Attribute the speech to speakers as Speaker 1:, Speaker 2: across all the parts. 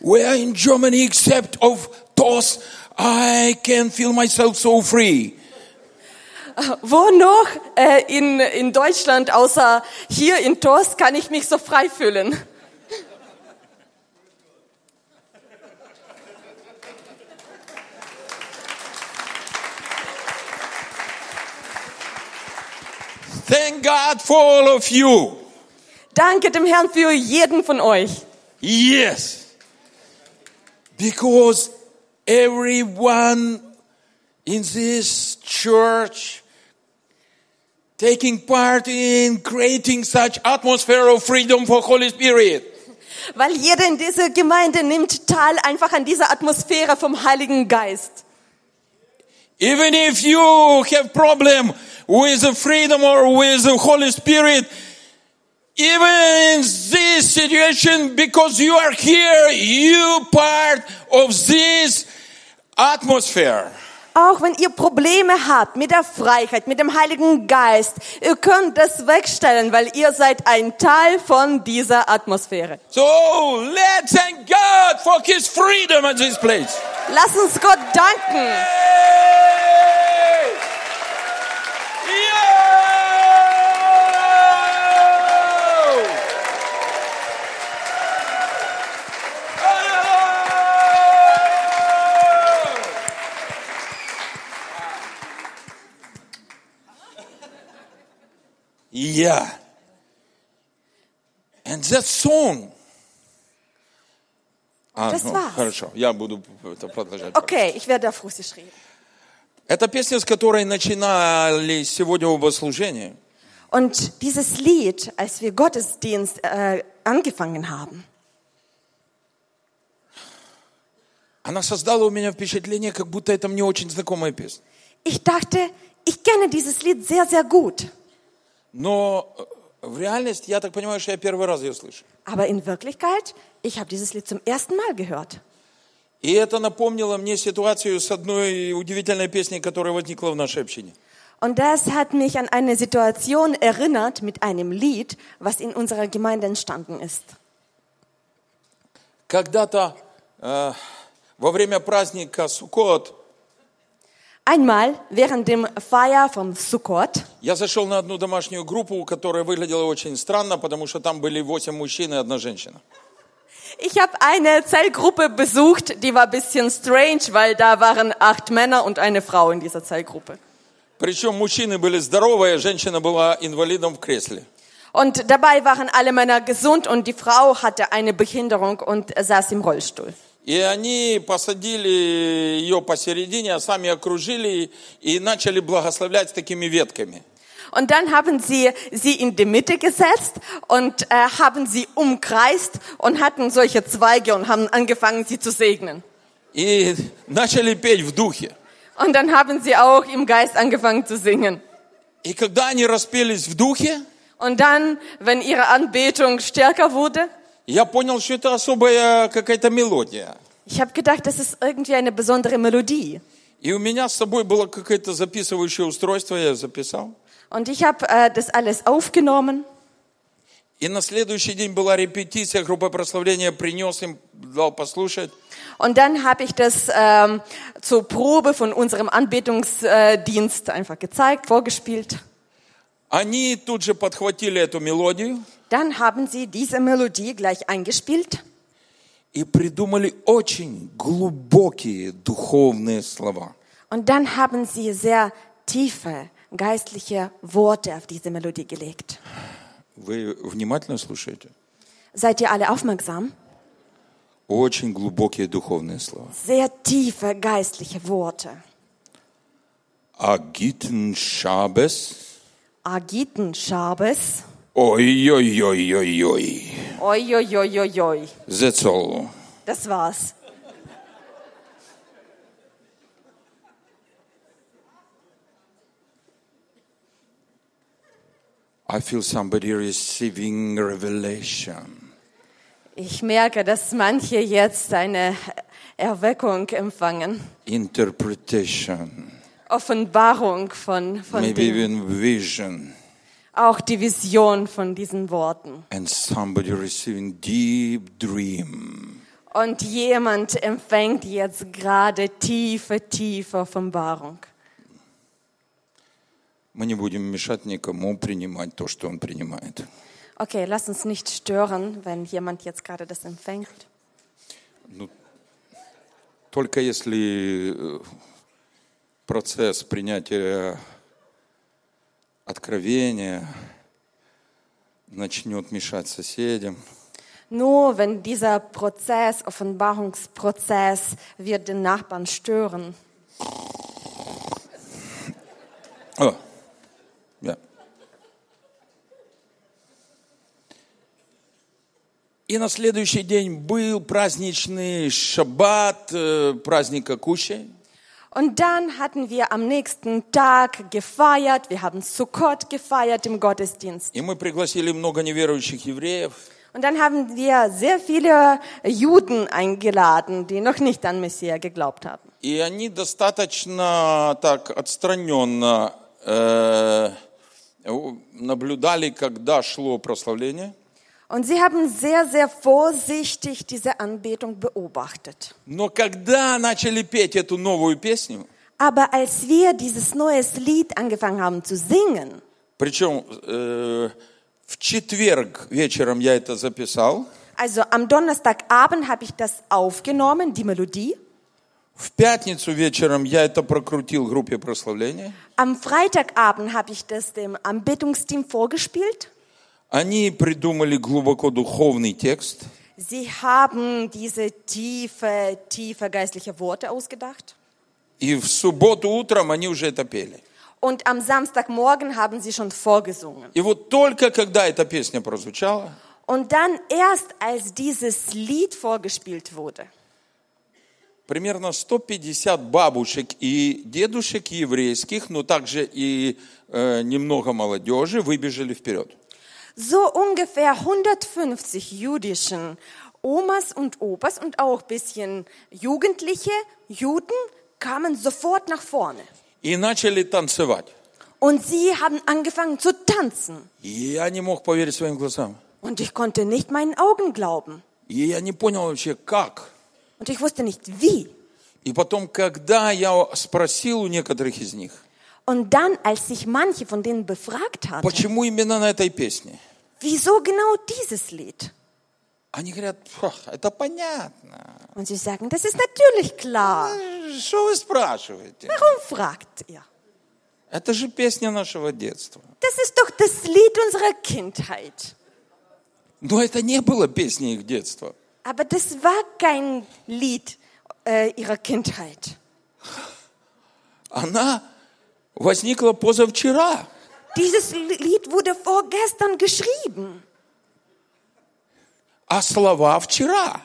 Speaker 1: where in Germany except of those I can feel myself so free.
Speaker 2: Wo noch äh, in, in Deutschland, außer hier in Tost, kann ich mich so frei fühlen?
Speaker 1: Thank God for all of you.
Speaker 2: Danke dem Herrn für jeden von euch.
Speaker 1: Yes. Because everyone in this church taking part in creating such atmosphere of freedom for Holy Spirit.
Speaker 2: Weil jeder in dieser Gemeinde nimmt teil einfach an dieser Atmosphäre vom Heiligen Geist.
Speaker 1: Even if you have problem with the freedom or with the Holy Spirit, even in this situation, because you are here, you part of this atmosphere.
Speaker 2: Auch wenn ihr Probleme habt mit der Freiheit, mit dem Heiligen Geist, ihr könnt das wegstellen, weil ihr seid ein Teil von dieser Atmosphäre.
Speaker 1: So let's thank God for His freedom in this place.
Speaker 2: Lass uns Gott danken.
Speaker 1: Yay! Yay! Hallelujah! Yeah. And that song. А,
Speaker 2: Das
Speaker 1: ну,
Speaker 2: war's.
Speaker 1: хорошо, я буду это продолжать.
Speaker 2: Okay, ich werde auf Russisch reden.
Speaker 1: Это песня, с которой начинали сегодня оба служения.
Speaker 2: Und dieses Lied, als wir Gottesdienst äh, angefangen haben,
Speaker 1: Она создала у меня впечатление, как будто это мне очень знакомая песня.
Speaker 2: ich dachte, ich kenne dieses Lied sehr, sehr gut.
Speaker 1: Но э, в реальности, я так понимаю, что я первый раз ее слышу.
Speaker 2: Aber in Wirklichkeit, ich habe dieses Lied zum ersten Mal gehört.
Speaker 1: И это напомнило мне ситуацию с одной удивительной песней, которая возникла в нашей общине.
Speaker 2: Und das hat mich an eine Situation erinnert mit einem Lied, was in unserer Gemeinde entstanden ist.
Speaker 1: Когда-то э, во время праздника Суккот
Speaker 2: Einmal während dem Feier vom Sukkot
Speaker 1: я зашел на одну домашнюю группу, которая выглядела очень странно, потому что там были восемь мужчин и одна женщина.
Speaker 2: Ich habe eine Zellgruppe besucht, die war ein bisschen strange, weil da waren acht Männer und eine Frau in dieser Zellgruppe.
Speaker 1: Причем мужчины были здоровые, а женщина была инвалидом в кресле.
Speaker 2: Und dabei waren alle Männer gesund und die Frau hatte eine Behinderung und saß im Rollstuhl.
Speaker 1: И они посадили ее посередине, а сами окружили и начали благословлять такими ветками.
Speaker 2: Und dann haben sie sie in die Mitte gesetzt und äh, haben sie umkreist und hatten solche Zweige und haben angefangen, sie zu segnen.
Speaker 1: И начали петь в духе.
Speaker 2: Und dann haben sie auch im Geist angefangen zu singen.
Speaker 1: И когда они распелись в духе,
Speaker 2: Und dann, wenn ihre Anbetung stärker wurde,
Speaker 1: я понял, что это особая какая-то мелодия.
Speaker 2: ich habe gedacht, das ist irgendwie eine besondere Melodie.
Speaker 1: И у меня с собой было какое-то записывающее устройство, я записал.
Speaker 2: Und ich habe äh, das alles aufgenommen.
Speaker 1: И на следующий день была репетиция, группа прославления принес им, дал послушать.
Speaker 2: Und dann habe ich das ähm, zur Probe von unserem Anbetungsdienst einfach gezeigt, vorgespielt.
Speaker 1: Они тут же подхватили эту мелодию
Speaker 2: Dann haben sie diese Melodie gleich eingespielt
Speaker 1: и придумали очень глубокие духовные слова.
Speaker 2: und dann haben sie sehr tiefe geistliche Worte auf diese Melodie gelegt.
Speaker 1: Вы внимательно слушаете?
Speaker 2: Seid ihr alle aufmerksam?
Speaker 1: Очень глубокие духовные слова.
Speaker 2: Sehr tiefe geistliche Worte.
Speaker 1: Агитн шабес.
Speaker 2: Agiten Schabes.
Speaker 1: Ой-ой-ой-ой-ой.
Speaker 2: Oi, oi, oi, oi, oi.
Speaker 1: That's all.
Speaker 2: Das war's.
Speaker 1: I feel somebody receiving revelation.
Speaker 2: Ich merke, dass manche jetzt eine Erweckung empfangen.
Speaker 1: Interpretation.
Speaker 2: Offenbarung von, von
Speaker 1: Maybe
Speaker 2: dem,
Speaker 1: even vision.
Speaker 2: auch die Vision von diesen Worten.
Speaker 1: And somebody receiving deep dream.
Speaker 2: Und jemand empfängt jetzt gerade tiefe, tiefe Offenbarung.
Speaker 1: Мы не будем мешать никому принимать то, что он принимает.
Speaker 2: Okay, lass uns nicht stören, wenn jemand jetzt gerade das empfängt.
Speaker 1: Ну, Только если э, процесс принятия откровения начнет мешать соседям,
Speaker 2: Nur wenn dieser Prozess, Offenbarungsprozess, wird den Nachbarn stören.
Speaker 1: Oh, ja. И на следующий день был праздничный шаббат, э, праздник Акуши.
Speaker 2: Und dann hatten wir am nächsten Tag gefeiert, wir haben Sukkot gefeiert im Gottesdienst.
Speaker 1: И мы пригласили много неверующих евреев.
Speaker 2: Und dann haben wir sehr viele Juden eingeladen, die noch nicht an Messias geglaubt haben.
Speaker 1: И они достаточно так отстраненно э, у- наблюдали, когда шло прославление.
Speaker 2: Und sie haben sehr, sehr vorsichtig diese Anbetung beobachtet.
Speaker 1: Но когда начали петь эту новую песню,
Speaker 2: Aber als wir dieses neues Lied angefangen haben zu singen,
Speaker 1: причем э, в четверг вечером я это записал,
Speaker 2: also am Donnerstagabend habe ich das aufgenommen, die Melodie.
Speaker 1: в пятницу вечером я это прокрутил группе прославления,
Speaker 2: Am Freitagabend habe ich das dem Anbetungsteam vorgespielt.
Speaker 1: они придумали глубоко духовный текст,
Speaker 2: Sie haben diese tiefe, tiefe geistliche Worte ausgedacht.
Speaker 1: и в субботу утром они уже это пели.
Speaker 2: Und am Samstagmorgen haben sie schon vorgesungen.
Speaker 1: И вот только когда эта песня прозвучала,
Speaker 2: Und dann erst als dieses Lied vorgespielt wurde,
Speaker 1: Примерно 150 бабушек и дедушек еврейских, но также и э, немного молодежи выбежали вперед.
Speaker 2: so ungefähr 150 jüdischen Omas und Opas und auch ein bisschen Jugendliche, Juden, kamen sofort nach vorne.
Speaker 1: И начали танцевать.
Speaker 2: Und sie haben angefangen zu tanzen.
Speaker 1: И я не мог поверить своим глазам.
Speaker 2: Und ich konnte nicht meinen Augen glauben.
Speaker 1: И я не понял вообще, как.
Speaker 2: Und ich wusste nicht wie.
Speaker 1: И потом, когда я спросил у некоторых из них,
Speaker 2: Und dann, als ich manche von denen befragt hatte,
Speaker 1: почему именно на этой песне,
Speaker 2: wieso genau dieses Lied?
Speaker 1: они говорят, «Фу, это понятно.
Speaker 2: Und sie sagen, das ist natürlich klar.
Speaker 1: Что вы спрашиваете?
Speaker 2: Warum fragt ihr?
Speaker 1: Это же песня нашего детства.
Speaker 2: Das ist doch das Lied unserer Kindheit.
Speaker 1: Но это не было песней их детства.
Speaker 2: Aber das war kein Lied äh, ihrer Kindheit.
Speaker 1: Она возникла позавчера.
Speaker 2: Dieses Lied wurde vorgestern geschrieben.
Speaker 1: а слова вчера.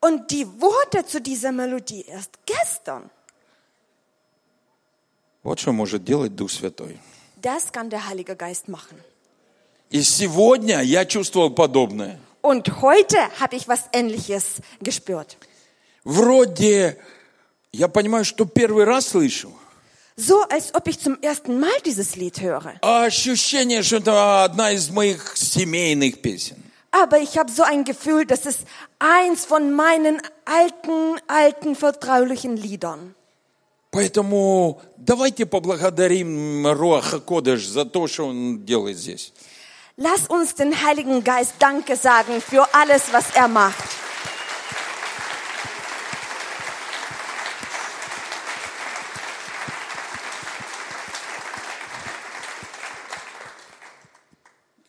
Speaker 2: Und die Worte zu dieser Melodie erst gestern.
Speaker 1: Вот что может делать Дух Святой.
Speaker 2: Das kann der Heilige Geist machen.
Speaker 1: И сегодня я чувствовал подобное.
Speaker 2: Und heute habe ich was Ähnliches gespürt.
Speaker 1: Вроде я понимаю, что первый раз слышу,
Speaker 2: So, als ob ich zum ersten Mal dieses Lied höre.
Speaker 1: а ощущение, что это одна из моих семейных песен.
Speaker 2: Aber ich habe so ein Gefühl, das ist eins von meinen alten, alten, vertraulichen Liedern.
Speaker 1: Поэтому давайте поблагодарим Руаха Кодеш за то, что он делает здесь.
Speaker 2: Lass uns den Heiligen Geist Danke sagen für alles, was er macht.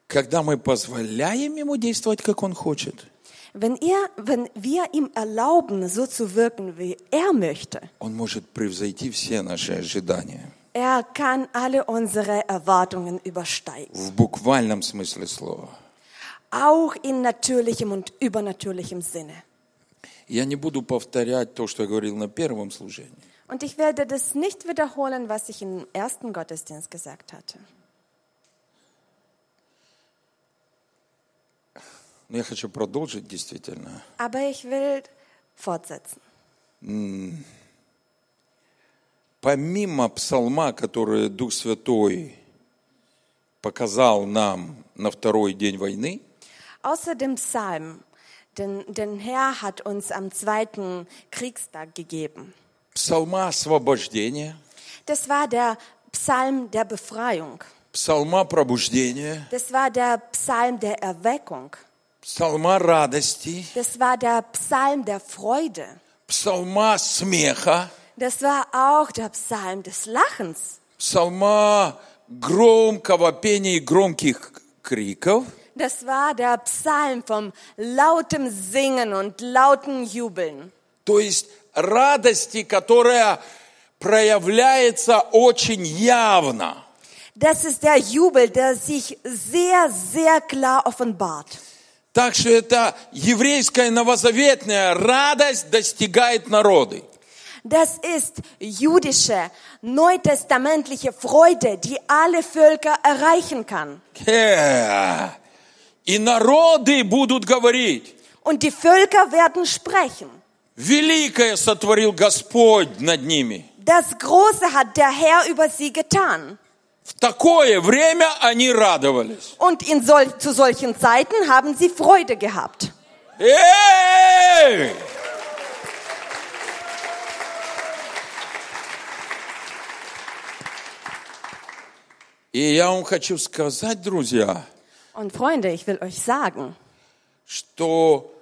Speaker 1: Когда мы позволяем ему действовать, как он хочет,
Speaker 2: Wenn, er, wenn wir ihm erlauben, so zu wirken, wie er möchte,
Speaker 1: он может превзойти все наши ожидания
Speaker 2: er kann alle unsere Erwartungen übersteigen.
Speaker 1: в буквальном смысле слова.
Speaker 2: Auch in natürlichem und übernatürlichem Sinne.
Speaker 1: Я не буду повторять то, что я говорил на первом служении.
Speaker 2: Und ich werde das nicht wiederholen, was ich im ersten Gottesdienst gesagt hatte.
Speaker 1: Но я хочу продолжить действительно.
Speaker 2: Aber ich will fortsetzen.
Speaker 1: Помимо псалма, который Дух Святой показал нам на второй день войны,
Speaker 2: Außer dem Psalm, Denn, denn Herr hat uns am zweiten Kriegstag gegeben.
Speaker 1: Псалма освобождения,
Speaker 2: Das war der Psalm der Befreiung.
Speaker 1: псалма пробуждения,
Speaker 2: Das war der Psalm der Erweckung.
Speaker 1: псалма радости,
Speaker 2: Das war der Psalm der Freude.
Speaker 1: псалма смеха,
Speaker 2: Das war auch der Psalm des Lachens.
Speaker 1: псалма громкого пения и громких криков,
Speaker 2: Das war der Psalm vom lautem Singen und lauten Jubeln.
Speaker 1: то есть радости, которая проявляется очень явно.
Speaker 2: Das ist der Jubel, der sich sehr, sehr klar offenbart.
Speaker 1: Так что это еврейская новозаветная радость достигает народы.
Speaker 2: Das ist jüdische, neutestamentliche Freude, die alle Völker erreichen kann.
Speaker 1: Хе. И народы будут говорить,
Speaker 2: Und die Völker werden sprechen.
Speaker 1: великое сотворил Господь над ними.
Speaker 2: Das Große hat der Herr über sie getan.
Speaker 1: В такое время они радовались.
Speaker 2: Und in sol zu solchen Zeiten haben sie Freude gehabt.
Speaker 1: Эй! И я вам хочу сказать, друзья,
Speaker 2: Und Freunde, ich will euch sagen,
Speaker 1: что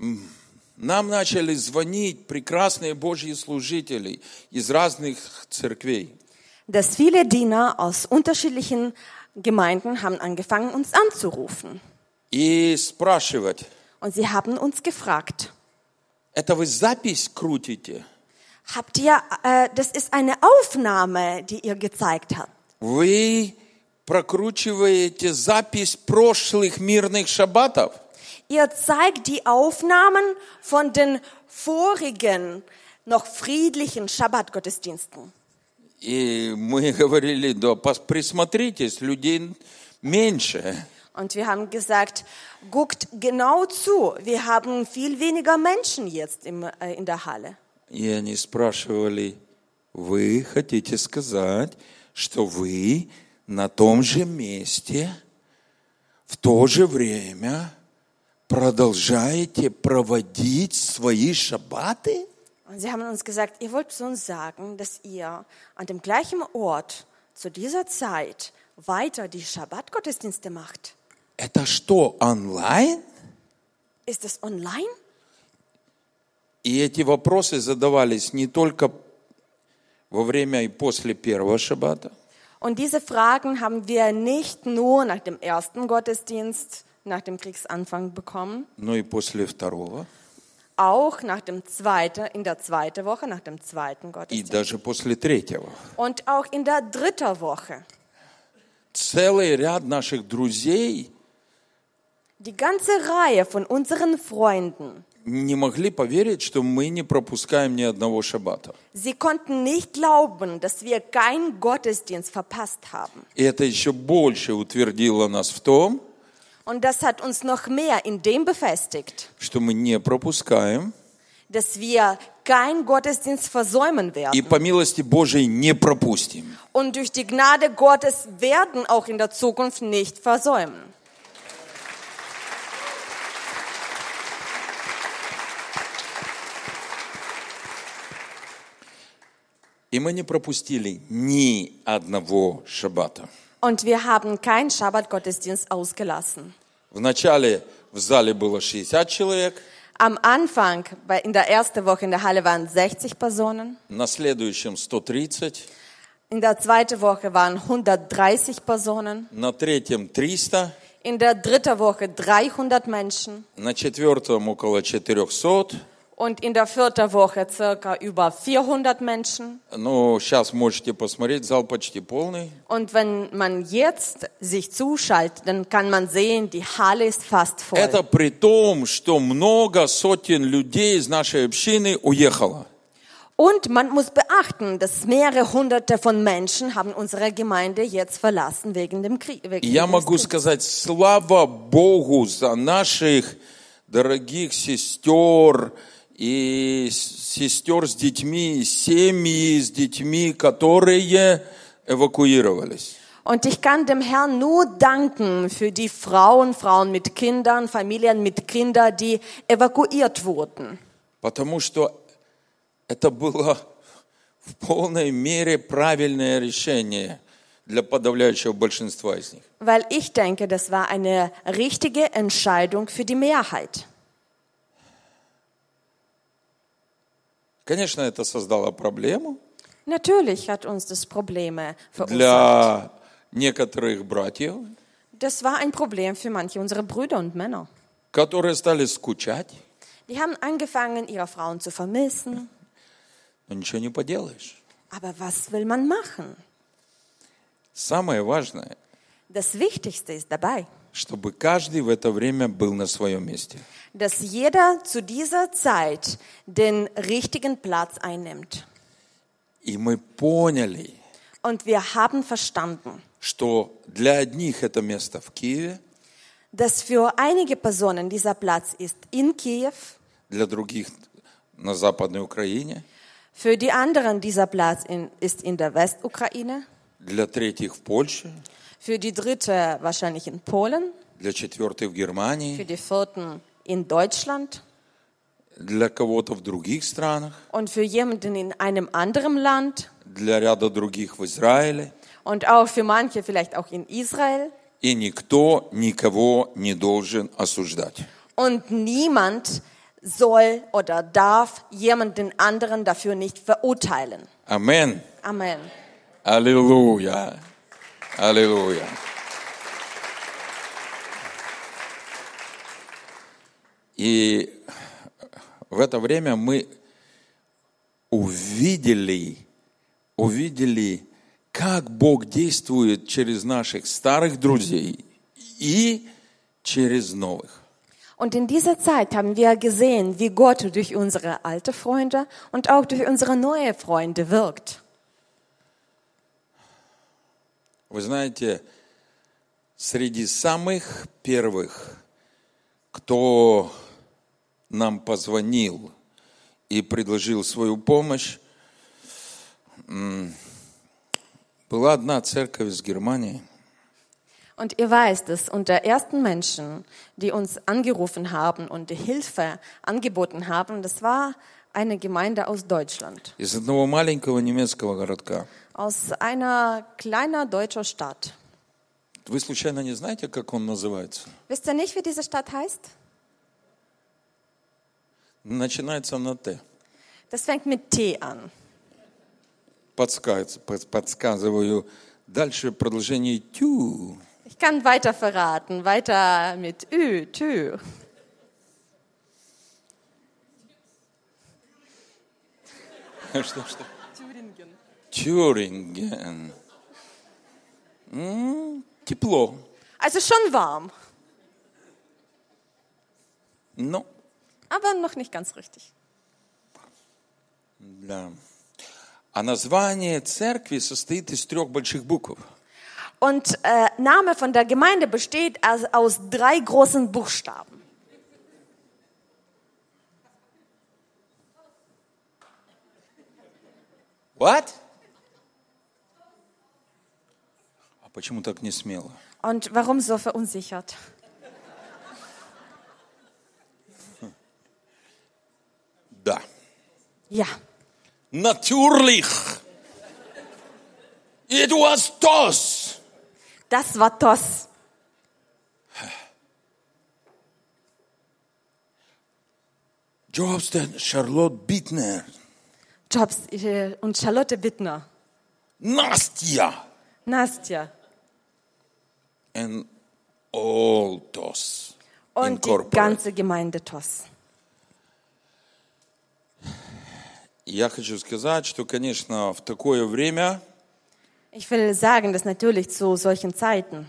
Speaker 1: м, нам начали звонить прекрасные Божьи служители из разных церквей.
Speaker 2: dass viele Diener aus unterschiedlichen Gemeinden haben angefangen, uns anzurufen.
Speaker 1: И спрашивать,
Speaker 2: Und sie haben uns gefragt,
Speaker 1: это вы запись крутите?
Speaker 2: habt ihr, äh, das ist eine Aufnahme, die ihr gezeigt habt.
Speaker 1: Вы прокручиваете запись прошлых мирных шаббатов?
Speaker 2: Ihr zeigt die Aufnahmen von den vorigen, noch friedlichen Schabbatgottesdiensten.
Speaker 1: И мы говорили, да, пос- присмотритесь, людей меньше.
Speaker 2: Und wir haben gesagt, guckt genau zu, wir haben viel weniger Menschen jetzt im, äh, in der Halle.
Speaker 1: И они спрашивали, вы хотите сказать, что вы на том же месте, в то же время продолжаете проводить свои шаббаты?
Speaker 2: Und sie haben uns gesagt, ihr wollt zu uns sagen, dass ihr an dem gleichen Ort zu dieser Zeit weiter die Schabbatgottesdienste macht.
Speaker 1: Это что, онлайн?
Speaker 2: Ist das online?
Speaker 1: И эти вопросы задавались не только во время и после первого шаббата,
Speaker 2: Und diese Fragen haben wir nicht nur nach dem ersten Gottesdienst, nach dem Kriegsanfang bekommen,
Speaker 1: но и после второго,
Speaker 2: auch nach dem zweiten, in der zweiten Woche, nach dem zweiten
Speaker 1: и
Speaker 2: Gottesdienst
Speaker 1: даже после третьего.
Speaker 2: und auch in der dritten Woche.
Speaker 1: Целый ряд наших друзей
Speaker 2: Die ganze Reihe von unseren Freunden,
Speaker 1: не могли поверить, что мы не пропускаем ни одного шаббата.
Speaker 2: sie konnten nicht glauben, dass wir keinen Gottesdienst verpasst haben.
Speaker 1: И это еще больше утвердило нас в том,
Speaker 2: Und das hat uns noch mehr in dem befestigt,
Speaker 1: что мы не пропускаем
Speaker 2: dass wir keinen Gottesdienst versäumen werden.
Speaker 1: и по милости Божией не пропустим.
Speaker 2: Und durch die Gnade Gottes werden auch in der Zukunft nicht versäumen.
Speaker 1: И мы не пропустили ни одного шаббата.
Speaker 2: Und wir haben keinen Schabbat-Gottesdienst ausgelassen.
Speaker 1: Вначале в зале было 60 человек,
Speaker 2: Am Anfang, bei- in der ersten Woche in der Halle waren 60 Personen,
Speaker 1: на следующем 130,
Speaker 2: in der zweiten Woche waren 130 Personen,
Speaker 1: на третьем 300,
Speaker 2: in der dritten Woche 300 Menschen
Speaker 1: на четвертом около 400.
Speaker 2: und in der vierten Woche circa über 400 Menschen.
Speaker 1: Ну, сейчас можете посмотреть, зал почти полный.
Speaker 2: Und wenn man jetzt sich zuschaltet, dann kann man sehen, die Halle ist fast voll.
Speaker 1: Это при том, что много сотен людей из нашей общины уехало.
Speaker 2: Und man muss beachten, dass mehrere hunderte von Menschen haben unsere Gemeinde jetzt verlassen wegen dem Krieg.
Speaker 1: И
Speaker 2: Wegen
Speaker 1: я
Speaker 2: des
Speaker 1: могу
Speaker 2: Kriegs.
Speaker 1: сказать, слава Богу за наших дорогих сестер и с- сестер с детьми, и семьи с детьми, которые эвакуировались.
Speaker 2: Und ich kann dem Herrn nur danken für die Frauen, Frauen mit Kindern, Familien mit Kindern, die evakuiert wurden.
Speaker 1: Потому что это было в полной мере правильное решение для подавляющего большинства из них.
Speaker 2: Weil ich denke, das war eine richtige Entscheidung für die Mehrheit.
Speaker 1: Конечно, это создало проблему
Speaker 2: Natürlich hat uns das Probleme verursacht.
Speaker 1: для некоторых братьев,
Speaker 2: Das war ein Problem für manche unserer Brüder und Männer.
Speaker 1: которые стали скучать,
Speaker 2: Die haben angefangen, ihre Frauen zu vermissen.
Speaker 1: но ничего не поделаешь.
Speaker 2: Aber was will man machen?
Speaker 1: Самое важное,
Speaker 2: Das Wichtigste ist dabei,
Speaker 1: чтобы каждый в это время был на своем месте.
Speaker 2: dass jeder zu dieser Zeit den richtigen Platz einnimmt.
Speaker 1: И мы поняли,
Speaker 2: Und wir haben verstanden,
Speaker 1: что для одних это место в Киеве,
Speaker 2: dass für einige Personen dieser Platz ist in Kiew,
Speaker 1: для других на Западной Украине,
Speaker 2: für die anderen dieser Platz in, ist in der Westukraine,
Speaker 1: для третьих в Польше,
Speaker 2: für die dritte wahrscheinlich in Polen,
Speaker 1: для четвертых в
Speaker 2: für
Speaker 1: Германии,
Speaker 2: die vierten in Deutschland
Speaker 1: для кого-то в других странах,
Speaker 2: und für jemanden in einem anderen Land
Speaker 1: для ряда других в Израиле.
Speaker 2: und auch für manche vielleicht auch in Israel.
Speaker 1: И никто никого не должен осуждать.
Speaker 2: Und niemand soll oder darf jemanden anderen dafür nicht verurteilen.
Speaker 1: Амен.
Speaker 2: Amen.
Speaker 1: Аллилуйя. Аллилуйя. И в это время мы увидели, увидели, как Бог действует через наших старых друзей и через новых.
Speaker 2: Und in dieser Zeit haben wir gesehen, wie Gott durch unsere alte Freunde und auch durch unsere neue Freunde wirkt.
Speaker 1: Вы знаете, среди самых первых, кто нам позвонил и предложил свою помощь, м, была одна церковь из Германии,
Speaker 2: Und ihr weißt es, unter ersten Menschen, die uns angerufen haben und die Hilfe angeboten haben, das war eine Gemeinde aus Deutschland,
Speaker 1: из одного маленького немецкого городка.
Speaker 2: aus einer kleiner deutscher Stadt.
Speaker 1: Вы случайно не знаете, как он называется?
Speaker 2: Wisst ihr nicht, wie diese Stadt heißt?
Speaker 1: Начинается на Т.
Speaker 2: Das fängt mit T an.
Speaker 1: Подсказ- под- Подсказываю. Дальше продолжение тю.
Speaker 2: Ich kann weiter verraten, weiter mit Ü, Tü.
Speaker 1: Что, что? Тюринген. М, Тепло.
Speaker 2: Also schon warm,
Speaker 1: Ну,
Speaker 2: aber noch nicht ganz richtig.
Speaker 1: да. А название церкви состоит из трех больших букв.
Speaker 2: Und äh, Name von der Gemeinde besteht aus, aus drei großen Buchstaben.
Speaker 1: What? А почему так не смело?
Speaker 2: Und warum so verunsichert?
Speaker 1: Да.
Speaker 2: Ja,
Speaker 1: Natürlich. It was toss.
Speaker 2: das war Toss.
Speaker 1: Джобстен, Шарлотт Битнер,
Speaker 2: Jobs äh, und Charlotte Bittner.
Speaker 1: Настя.
Speaker 2: Nastja.
Speaker 1: And all toss.
Speaker 2: Und die
Speaker 1: Incorporate.
Speaker 2: ganze Gemeinde Toss.
Speaker 1: Я хочу сказать, что, конечно, в такое время
Speaker 2: Ich will sagen, dass natürlich zu solchen Zeiten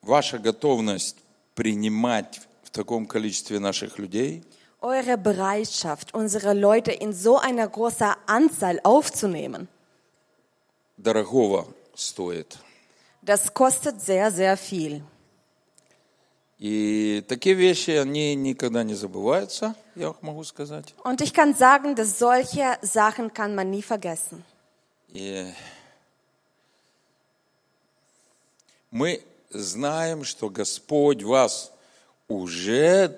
Speaker 1: ваша готовность принимать в таком количестве наших людей,
Speaker 2: eure Bereitschaft, unsere Leute in so einer großen Anzahl aufzunehmen,
Speaker 1: дорогого стоит.
Speaker 2: das kostet sehr, sehr viel.
Speaker 1: И такие вещи, они никогда не забываются, я вам могу сказать.
Speaker 2: Und ich kann sagen, dass solche Sachen kann man nie vergessen.
Speaker 1: И мы знаем, что Господь вас уже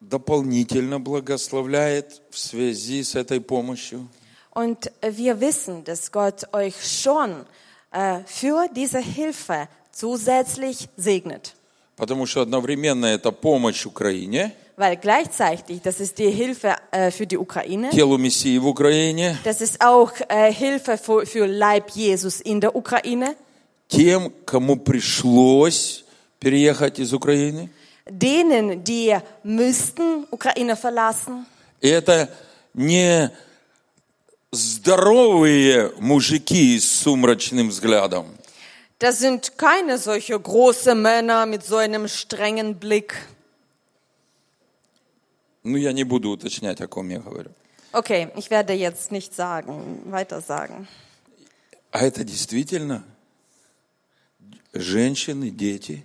Speaker 1: дополнительно благословляет в связи с этой помощью.
Speaker 2: Und wir wissen, dass Gott euch schon äh, für diese Hilfe zusätzlich segnet.
Speaker 1: Потому что одновременно это помощь Украине,
Speaker 2: Weil gleichzeitig, das ist die Hilfe äh, für die Ukraine,
Speaker 1: телу Мессии в Украине,
Speaker 2: das ist auch äh, Hilfe für, für Leib Jesus in der Ukraine,
Speaker 1: тем, кому пришлось переехать из Украины.
Speaker 2: denen, die müssten Ukraine verlassen.
Speaker 1: И это не здоровые мужики с сумрачным взглядом.
Speaker 2: Das sind keine solche große Männer mit so einem strengen Blick.
Speaker 1: Ну, я не буду уточнять, о ком я говорю.
Speaker 2: Okay, ich werde jetzt nicht sagen, weiter sagen.
Speaker 1: А это действительно женщины, дети.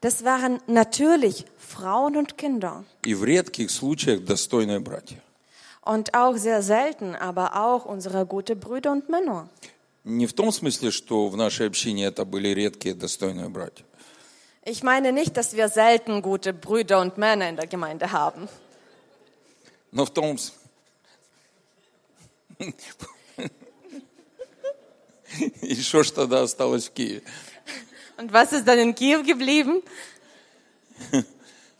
Speaker 2: Das waren natürlich Frauen und Kinder.
Speaker 1: И в редких случаях достойные братья.
Speaker 2: Und auch sehr selten, aber auch unsere gute Brüder und Männer.
Speaker 1: Не в том смысле, что в нашей общине это были редкие достойные братья.
Speaker 2: Ich meine nicht, dass wir selten gute Brüder und Männer in der Gemeinde haben.
Speaker 1: Но в том... с- И что ж тогда осталось в Киеве?
Speaker 2: Und was ist dann in Kiew geblieben?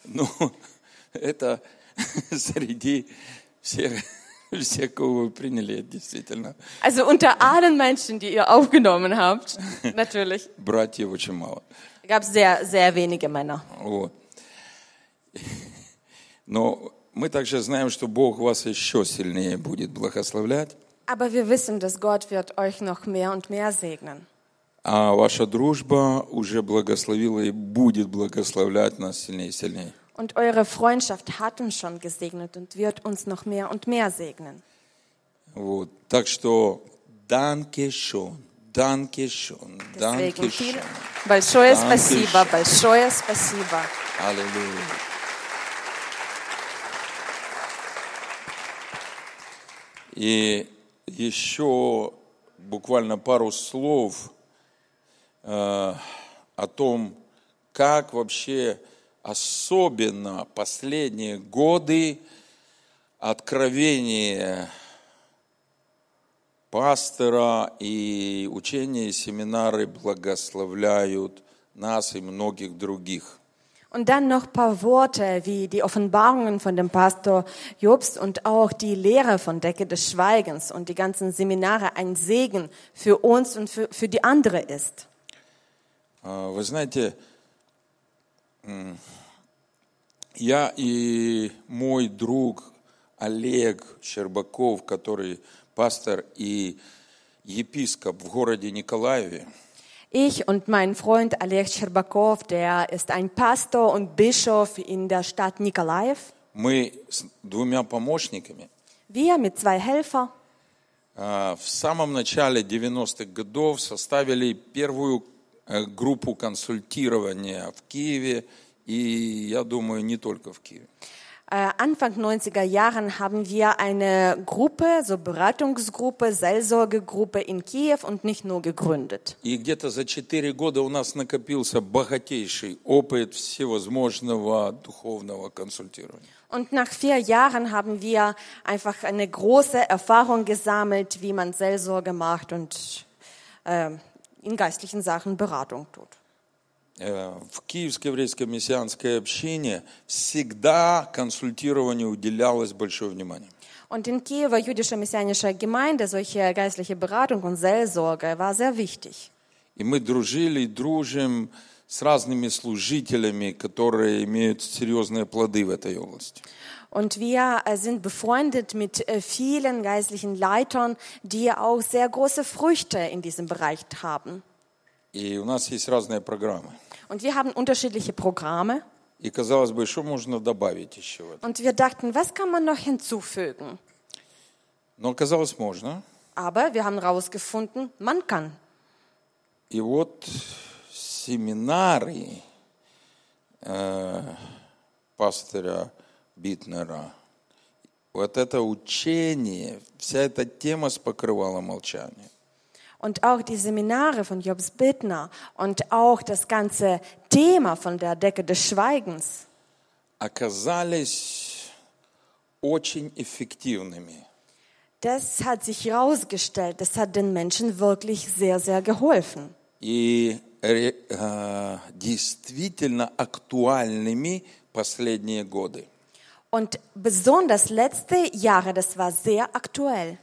Speaker 1: Ну, это среди всех, всех, кого вы приняли, это действительно.
Speaker 2: Also unter allen Menschen, die ihr aufgenommen habt, natürlich,
Speaker 1: Братьев очень мало.
Speaker 2: gab es sehr, sehr wenige Männer.
Speaker 1: Вот. Но мы также знаем, что Бог вас еще сильнее будет благословлять,
Speaker 2: Aber wir wissen, dass Gott wird euch noch mehr und mehr segnen.
Speaker 1: а ваша дружба уже благословила и будет благословлять нас сильнее и сильнее.
Speaker 2: Und eure Freundschaft hat uns schon gesegnet und wird uns noch mehr und mehr segnen.
Speaker 1: Вот. Так что данкешон, данкешон,
Speaker 2: Deswegen
Speaker 1: данкешон.
Speaker 2: viel. Большое
Speaker 1: Danke
Speaker 2: спасибо,
Speaker 1: schön.
Speaker 2: большое спасибо.
Speaker 1: Аллилуйя. И еще буквально пару слов э, о том, как вообще особенно последние годы откровение пастора и учения и семинары благословляют нас и многих других.
Speaker 2: Und dann noch ein paar Worte wie die Offenbarungen von dem Pastor Jobst und auch die Lehre von Decke des Schweigens und die ganzen Seminare ein Segen für uns und für, für die andere ist.
Speaker 1: А, Вы знаете, м, я и мой друг Олег Щербаков, который пастор и епископ в городе Николаеве,
Speaker 2: Ich und mein Freund Alex Scherbakow, der ist ein Pastor und Bischof in der Stadt Nikolaev.
Speaker 1: мы с двумя помощниками
Speaker 2: Wir mit zwei Helfer
Speaker 1: а, в самом начале 90-х годов составили первую э, группу консультирования в Киеве и, я думаю, не только в Киеве.
Speaker 2: Äh, Anfang 90er Jahren haben wir eine Gruppe, so Beratungsgruppe, Seelsorgegruppe in Kiew und nicht nur gegründet.
Speaker 1: И где-то за 4 года у нас накопился богатейший опыт всевозможного духовного консультирования.
Speaker 2: Und nach vier Jahren haben wir einfach eine große Erfahrung gesammelt, wie man Seelsorge macht und äh, in geistlichen Sachen Beratung tut.
Speaker 1: Э, В Киевской еврейской мессианской общине всегда консультированию уделялось большое внимание.
Speaker 2: Und in Kiewer jüdischer messianischer Gemeinde solche geistliche Beratung und Seelsorge war sehr wichtig.
Speaker 1: И мы дружили и дружим с разными служителями, которые имеют серьезные плоды в этой области.
Speaker 2: Und wir äh, sind befreundet mit äh, vielen geistlichen Leitern, die auch sehr große Früchte in diesem Bereich haben.
Speaker 1: И у нас есть разные программы.
Speaker 2: Und wir haben unterschiedliche Programme.
Speaker 1: И казалось бы, что можно добавить еще в это?
Speaker 2: Und wir dachten, was kann man noch hinzufügen?
Speaker 1: Но оказалось, можно.
Speaker 2: Aber wir haben herausgefunden, man kann.
Speaker 1: И вот семинары э, пастора Битнера, вот это учение, вся эта тема с покрывала молчания.
Speaker 2: und auch die Seminare von Jobs Bittner und auch das ganze Thema von der Decke des Schweigens
Speaker 1: оказались очень эффективными.
Speaker 2: Das hat sich herausgestellt, das hat den Menschen wirklich sehr, sehr geholfen.
Speaker 1: и ре- э, действительно актуальными последние годы.
Speaker 2: Und besonders letzte Jahre, das war sehr aktuell.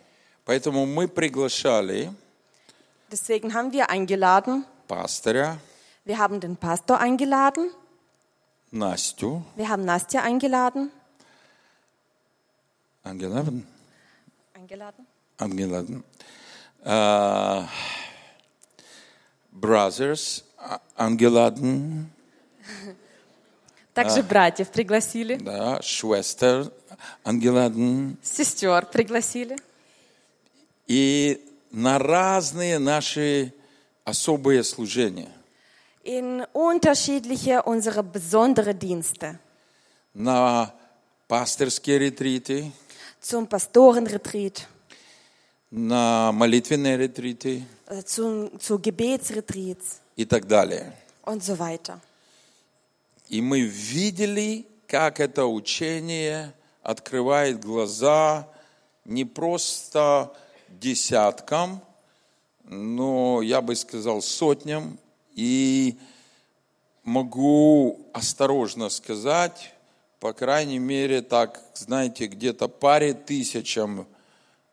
Speaker 1: Поэтому мы приглашали
Speaker 2: Deswegen haben wir eingeladen,
Speaker 1: пастыря
Speaker 2: wir haben den Pastor eingeladen,
Speaker 1: Настю
Speaker 2: wir haben Nastja eingeladen.
Speaker 1: Ангеловну,
Speaker 2: Eingeladen?
Speaker 1: А, Ангеловну, э, Brothers а- Ангеладн,
Speaker 3: Также братьев пригласили,
Speaker 1: да, Швестер Ангеладн.
Speaker 3: сестер пригласили.
Speaker 1: И на разные наши особые служения.
Speaker 2: In unterschiedliche unsere besondere Dienste.
Speaker 1: На пастырские ретриты,
Speaker 2: Zum Pastorenretreat,
Speaker 1: на молитвенные ретриты
Speaker 2: äh, zum, zu Gebetsretreats
Speaker 1: и так далее.
Speaker 2: und so weiter.
Speaker 1: И мы видели, как это учение открывает глаза не просто десяткам, но я бы сказал сотням. И могу осторожно сказать, по крайней мере, так, знаете, где-то паре тысячам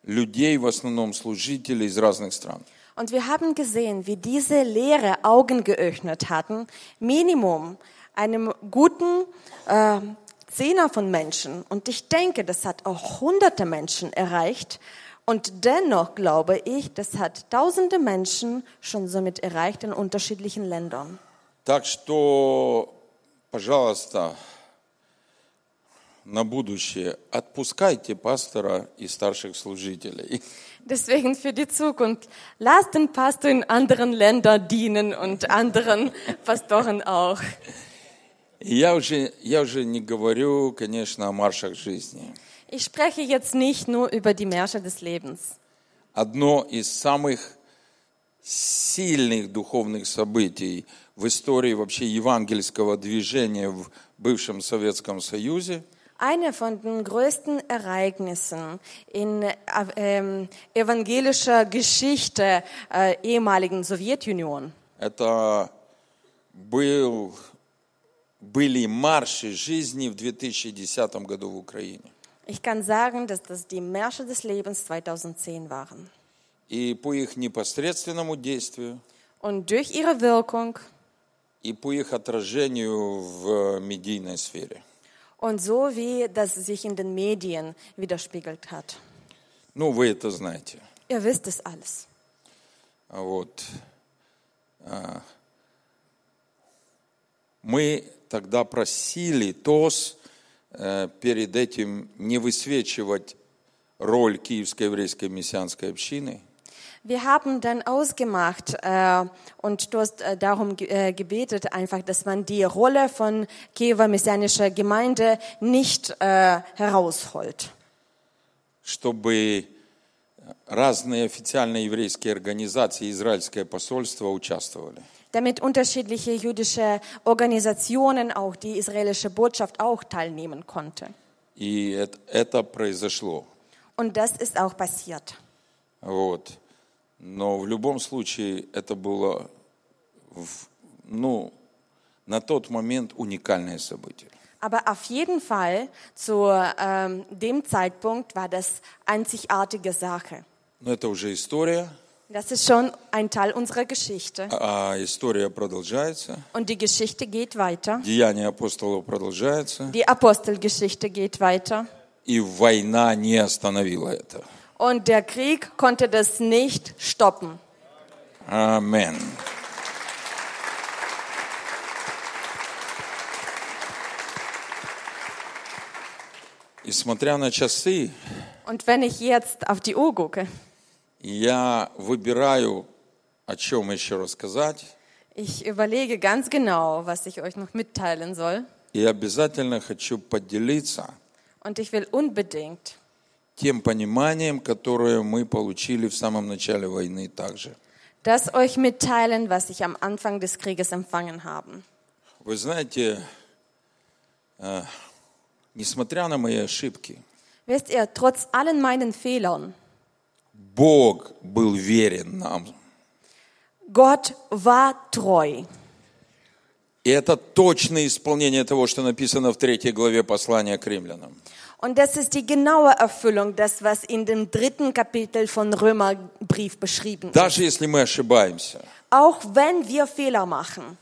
Speaker 1: людей, в основном служителей из разных стран.
Speaker 2: Und wir haben gesehen, wie diese Lehre Augen geöffnet hatten, Minimum einem guten äh, Zehner von Menschen. Und ich denke, das hat auch hunderte Menschen erreicht. Und dennoch glaube ich, das hat tausende Menschen schon somit erreicht in unterschiedlichen Ländern.
Speaker 1: Так что, пожалуйста, на будущее отпускайте пастора и старших служителей.
Speaker 3: Deswegen für die Zukunft, lasst den Pastor in anderen Ländern dienen und anderen Pastoren auch.
Speaker 1: И я уже, я уже не говорю, конечно, о маршах жизни.
Speaker 3: Ich spreche jetzt nicht nur über die Märsche des Lebens.
Speaker 1: Одно из самых сильных духовных событий в истории вообще евангельского движения в бывшем Советском Союзе
Speaker 2: Eine von den größten Ereignissen in äh, ähm, evangelischer Geschichte äh, ehemaligen Sowjetunion.
Speaker 1: – это был, были марши жизни в 2010 году в Украине.
Speaker 2: Ich kann sagen, dass das die Märsche des Lebens 2010 waren.
Speaker 1: и по их непосредственному действию,
Speaker 2: Und durch ihre Wirkung
Speaker 1: и по их отражению в медийной сфере.
Speaker 2: und so wie das sich in den Medien widerspiegelt hat.
Speaker 1: Ну, вы это знаете.
Speaker 2: Ihr wisst es alles.
Speaker 1: А Вот. а, Мы тогда просили ТОС э, перед этим не высвечивать роль Киевской еврейской мессианской общины,
Speaker 2: Wir haben dann ausgemacht äh, und du hast äh, darum ge äh, gebetet, einfach, dass man die Rolle von Kiewer Messianischer Gemeinde nicht äh, herausholt,
Speaker 1: чтобы э, разные официальные еврейские организации и израильское посольство участвовали.
Speaker 2: damit unterschiedliche jüdische Organisationen, auch die israelische Botschaft, auch teilnehmen konnte.
Speaker 1: И эт- это произошло.
Speaker 2: Und das ist auch passiert.
Speaker 1: Вот. Но в любом случае это было, в- ну, на тот момент уникальное событие.
Speaker 2: Aber auf jeden Fall zu ähm, dem Zeitpunkt war das einzigartige Sache.
Speaker 1: Но это уже история,
Speaker 2: Das ist schon ein Teil unserer Geschichte.
Speaker 1: а история продолжается,
Speaker 2: Und die Geschichte geht weiter.
Speaker 1: деяния апостолов продолжаются,
Speaker 2: Die Apostelgeschichte geht weiter.
Speaker 1: и война не остановила это.
Speaker 2: Und der Krieg konnte das nicht stoppen.
Speaker 1: Амен. И смотря на часы,
Speaker 2: Und wenn ich jetzt auf die Uhr gucke,
Speaker 1: Я выбираю, о чем еще рассказать,
Speaker 2: ich überlege ganz genau, was ich euch noch mitteilen soll.
Speaker 1: и обязательно хочу поделиться
Speaker 2: Und ich will unbedingt
Speaker 1: тем пониманием, которое мы получили в самом начале войны также.
Speaker 2: das euch mitteilen, was ich am Anfang des Krieges empfangen habe.
Speaker 1: Вы знаете, э, несмотря на мои ошибки,
Speaker 2: Wisst ihr, trotz allen meinen Fehlern,
Speaker 1: Бог был верен нам.
Speaker 2: Gott war treu.
Speaker 1: И это точное исполнение того, что написано в третьей главе послания к римлянам.
Speaker 2: Und das ist die genaue Erfüllung, das, was in dem dritten Kapitel von Römerbrief beschrieben ist.
Speaker 1: Даже если мы ошибаемся,
Speaker 2: Auch wenn wir Fehler machen,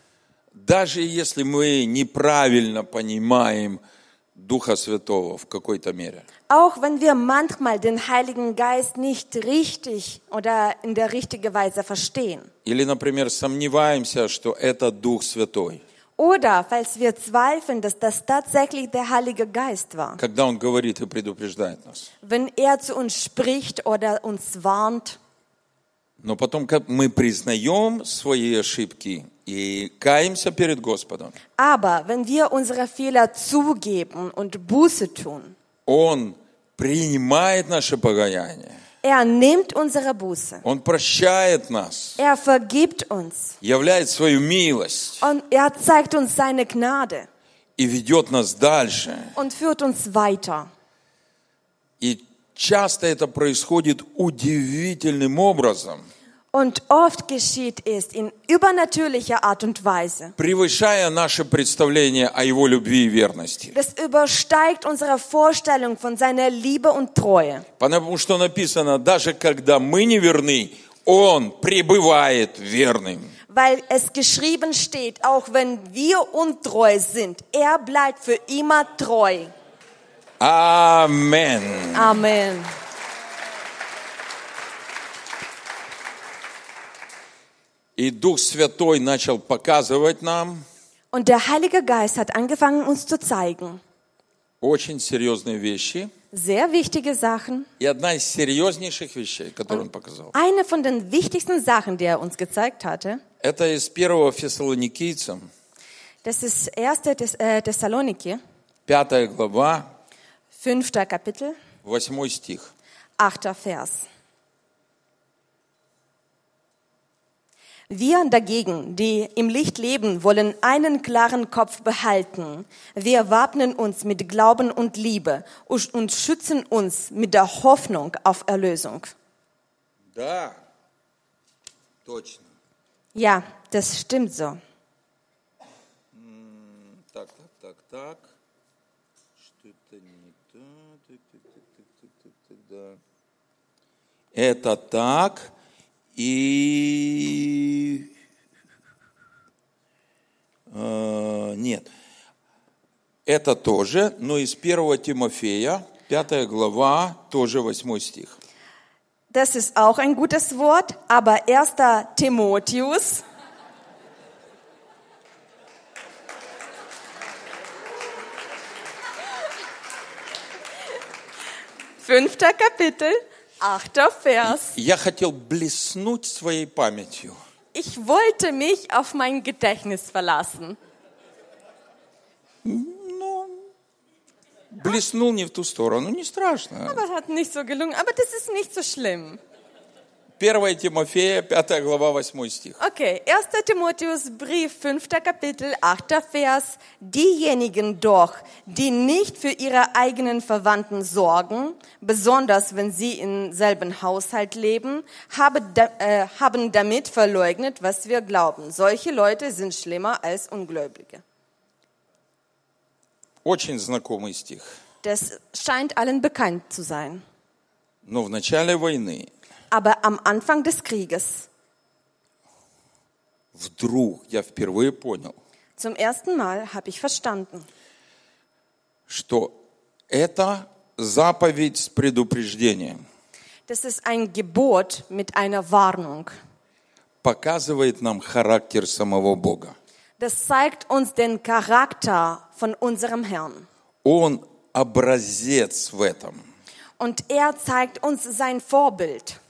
Speaker 1: даже если мы неправильно понимаем Духа Святого в какой-то мере,
Speaker 2: auch wenn wir manchmal den Heiligen Geist nicht richtig oder in der richtigen Weise verstehen,
Speaker 1: или, например, сомневаемся, что это Дух Святой,
Speaker 2: oder falls wir zweifeln, dass das tatsächlich der Heilige Geist war,
Speaker 1: когда Он говорит и предупреждает нас.
Speaker 2: wenn er zu uns spricht oder uns warnt,
Speaker 1: Но потом как мы признаем свои ошибки и каемся перед Господом,
Speaker 2: aber wenn wir unsere Fehler zugeben und Buße tun,
Speaker 1: Он принимает наше погаяние,
Speaker 2: er nimmt unsere Buße,
Speaker 1: Он прощает нас,
Speaker 2: er vergibt uns.
Speaker 1: являет свою милость
Speaker 2: Und er zeigt uns seine Gnade
Speaker 1: и ведет нас дальше.
Speaker 2: und führt uns weiter.
Speaker 1: И часто это происходит удивительным образом,
Speaker 2: Und oft geschieht es in übernatürlicher Art und Weise.
Speaker 1: превышая наше представление о Его любви и верности.
Speaker 2: Das übersteigt unsere Vorstellung von seiner Liebe und Treue.
Speaker 1: Потому что написано, даже когда мы не верны, Он пребывает верным.
Speaker 2: Weil es geschrieben steht, auch wenn wir untreu sind, er bleibt für immer treu.
Speaker 1: Аминь.
Speaker 2: Amen.
Speaker 1: И Дух Святой начал показывать нам
Speaker 2: Und der Heilige Geist hat angefangen, uns zu zeigen.
Speaker 1: очень серьезные вещи.
Speaker 2: Sehr wichtige Sachen.
Speaker 1: И одна из серьезнейших вещей, которую он показал,
Speaker 2: Eine von den wichtigsten Sachen, die er uns gezeigt hatte,
Speaker 1: это из 1 Фессалоникийцам,
Speaker 2: Das ist 1. Thess äh, Thessaloniki,
Speaker 1: 5 глава,
Speaker 2: 5. Kapitel,
Speaker 1: 8 стих.
Speaker 2: 8. Vers. Wir dagegen, die im Licht leben, wollen einen klaren Kopf behalten. Wir wappnen uns mit Glauben und Liebe und und schützen uns mit der Hoffnung auf Erlösung.
Speaker 1: Да, точно.
Speaker 2: Ja, das stimmt so.
Speaker 1: Так, так, так, так. Что-то не так. Тык, тык, тык, тык, тык, тык, тык, да. Это так. И... э, Нет. Это тоже, но из 1 Тимофея, 5 глава, тоже 8 стих.
Speaker 2: Das ist auch ein gutes Wort, aber 1. Timotheus, fünfter Kapitel, achter Vers.
Speaker 1: Я хотел блеснуть своей памятью.
Speaker 2: Ich wollte mich auf mein Gedächtnis verlassen.
Speaker 1: Блеснул не в ту сторону, Ну, не страшно.
Speaker 2: Das hat nicht so gelungen, aber das ist nicht so schlimm.
Speaker 1: 1 Тимофея, 5 глава, 8 стих.
Speaker 2: Okay, 1. Timotheusbrief, 5. Kapitel, 8. Vers. Diejenigen doch, die nicht für ihre eigenen Verwandten sorgen, besonders wenn sie im selben Haushalt leben, habe da, äh, haben damit verleugnet, was wir glauben. Solche Leute sind schlimmer als Ungläubige.
Speaker 1: Очень знакомый стих.
Speaker 2: Das scheint allen bekannt zu sein.
Speaker 1: Но в начале войны
Speaker 2: Aber am Anfang des Krieges,
Speaker 1: вдруг я впервые понял,
Speaker 2: zum ersten Mal, habe ich verstanden,
Speaker 1: что это заповедь с предупреждением
Speaker 2: das ist ein Gebot mit einer Warnung.
Speaker 1: показывает нам характер самого Бога.
Speaker 2: Das zeigt uns den Charakter von unserem Herrn.
Speaker 1: Он образец в этом.
Speaker 2: Und er zeigt uns sein Vorbild.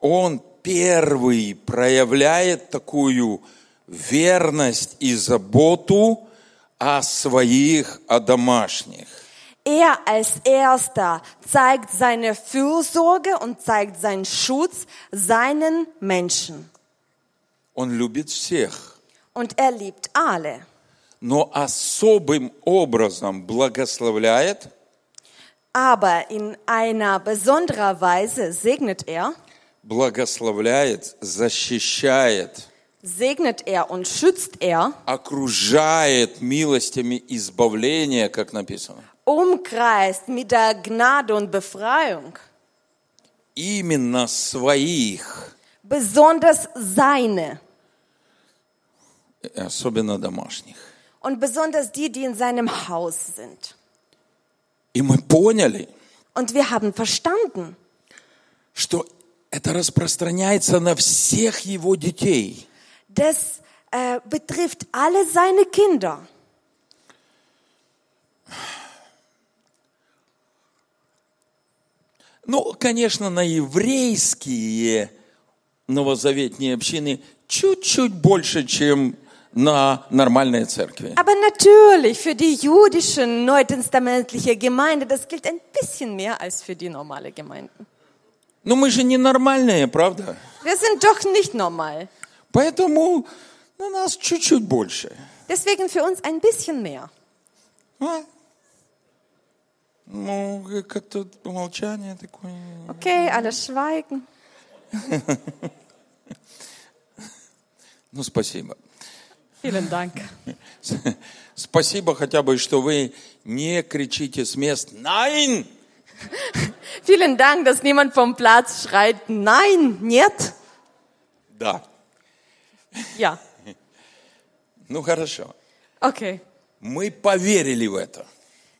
Speaker 1: Он первый проявляет такую верность и заботу о своих, о домашних.
Speaker 2: Er als Erster zeigt seine Fürsorge und zeigt seinen Schutz seinen Menschen.
Speaker 1: Он любит всех,
Speaker 2: Und er liebt alle.
Speaker 1: но особым образом благословляет
Speaker 2: Aber in einer besonderen Weise segnet er,
Speaker 1: благословляет, защищает,
Speaker 2: segnet er und schützt er,
Speaker 1: окружает милостями избавления, как написано.
Speaker 2: umkreist mit der Gnade und Befreiung,
Speaker 1: Именно своих,
Speaker 2: besonders seine
Speaker 1: э, особенно домашних.
Speaker 2: und besonders die, die in seinem Haus sind.
Speaker 1: И мы поняли,
Speaker 2: Und wir haben verstanden,
Speaker 1: что это распространяется на всех его детей.
Speaker 2: das äh, betrifft alle seine Kinder.
Speaker 1: Ну, конечно, на еврейские новозаветные общины чуть-чуть больше, чем на нормальные церкви.
Speaker 2: Aber natürlich für die jüdische neutestamentliche Gemeinde, das gilt ein bisschen mehr als für die normale Gemeinde.
Speaker 1: Но Ну, мы же не нормальные, правда?
Speaker 2: Wir sind doch nicht normal.
Speaker 1: Поэтому на нас чуть-чуть больше.
Speaker 2: Deswegen für uns ein bisschen mehr.
Speaker 1: А? Ну, как-то молчание такое.
Speaker 2: Okay, alle schweigen.
Speaker 1: Ну, спасибо.
Speaker 3: Vielen Dank.
Speaker 1: Спасибо хотя бы, что вы не кричите с мест «Nein!»
Speaker 3: Vielen Dank, dass niemand vom Platz schreit, nein, nicht.
Speaker 1: Да.
Speaker 3: Ja,
Speaker 1: Ну, хорошо.
Speaker 3: okay.
Speaker 1: Мы поверили в это.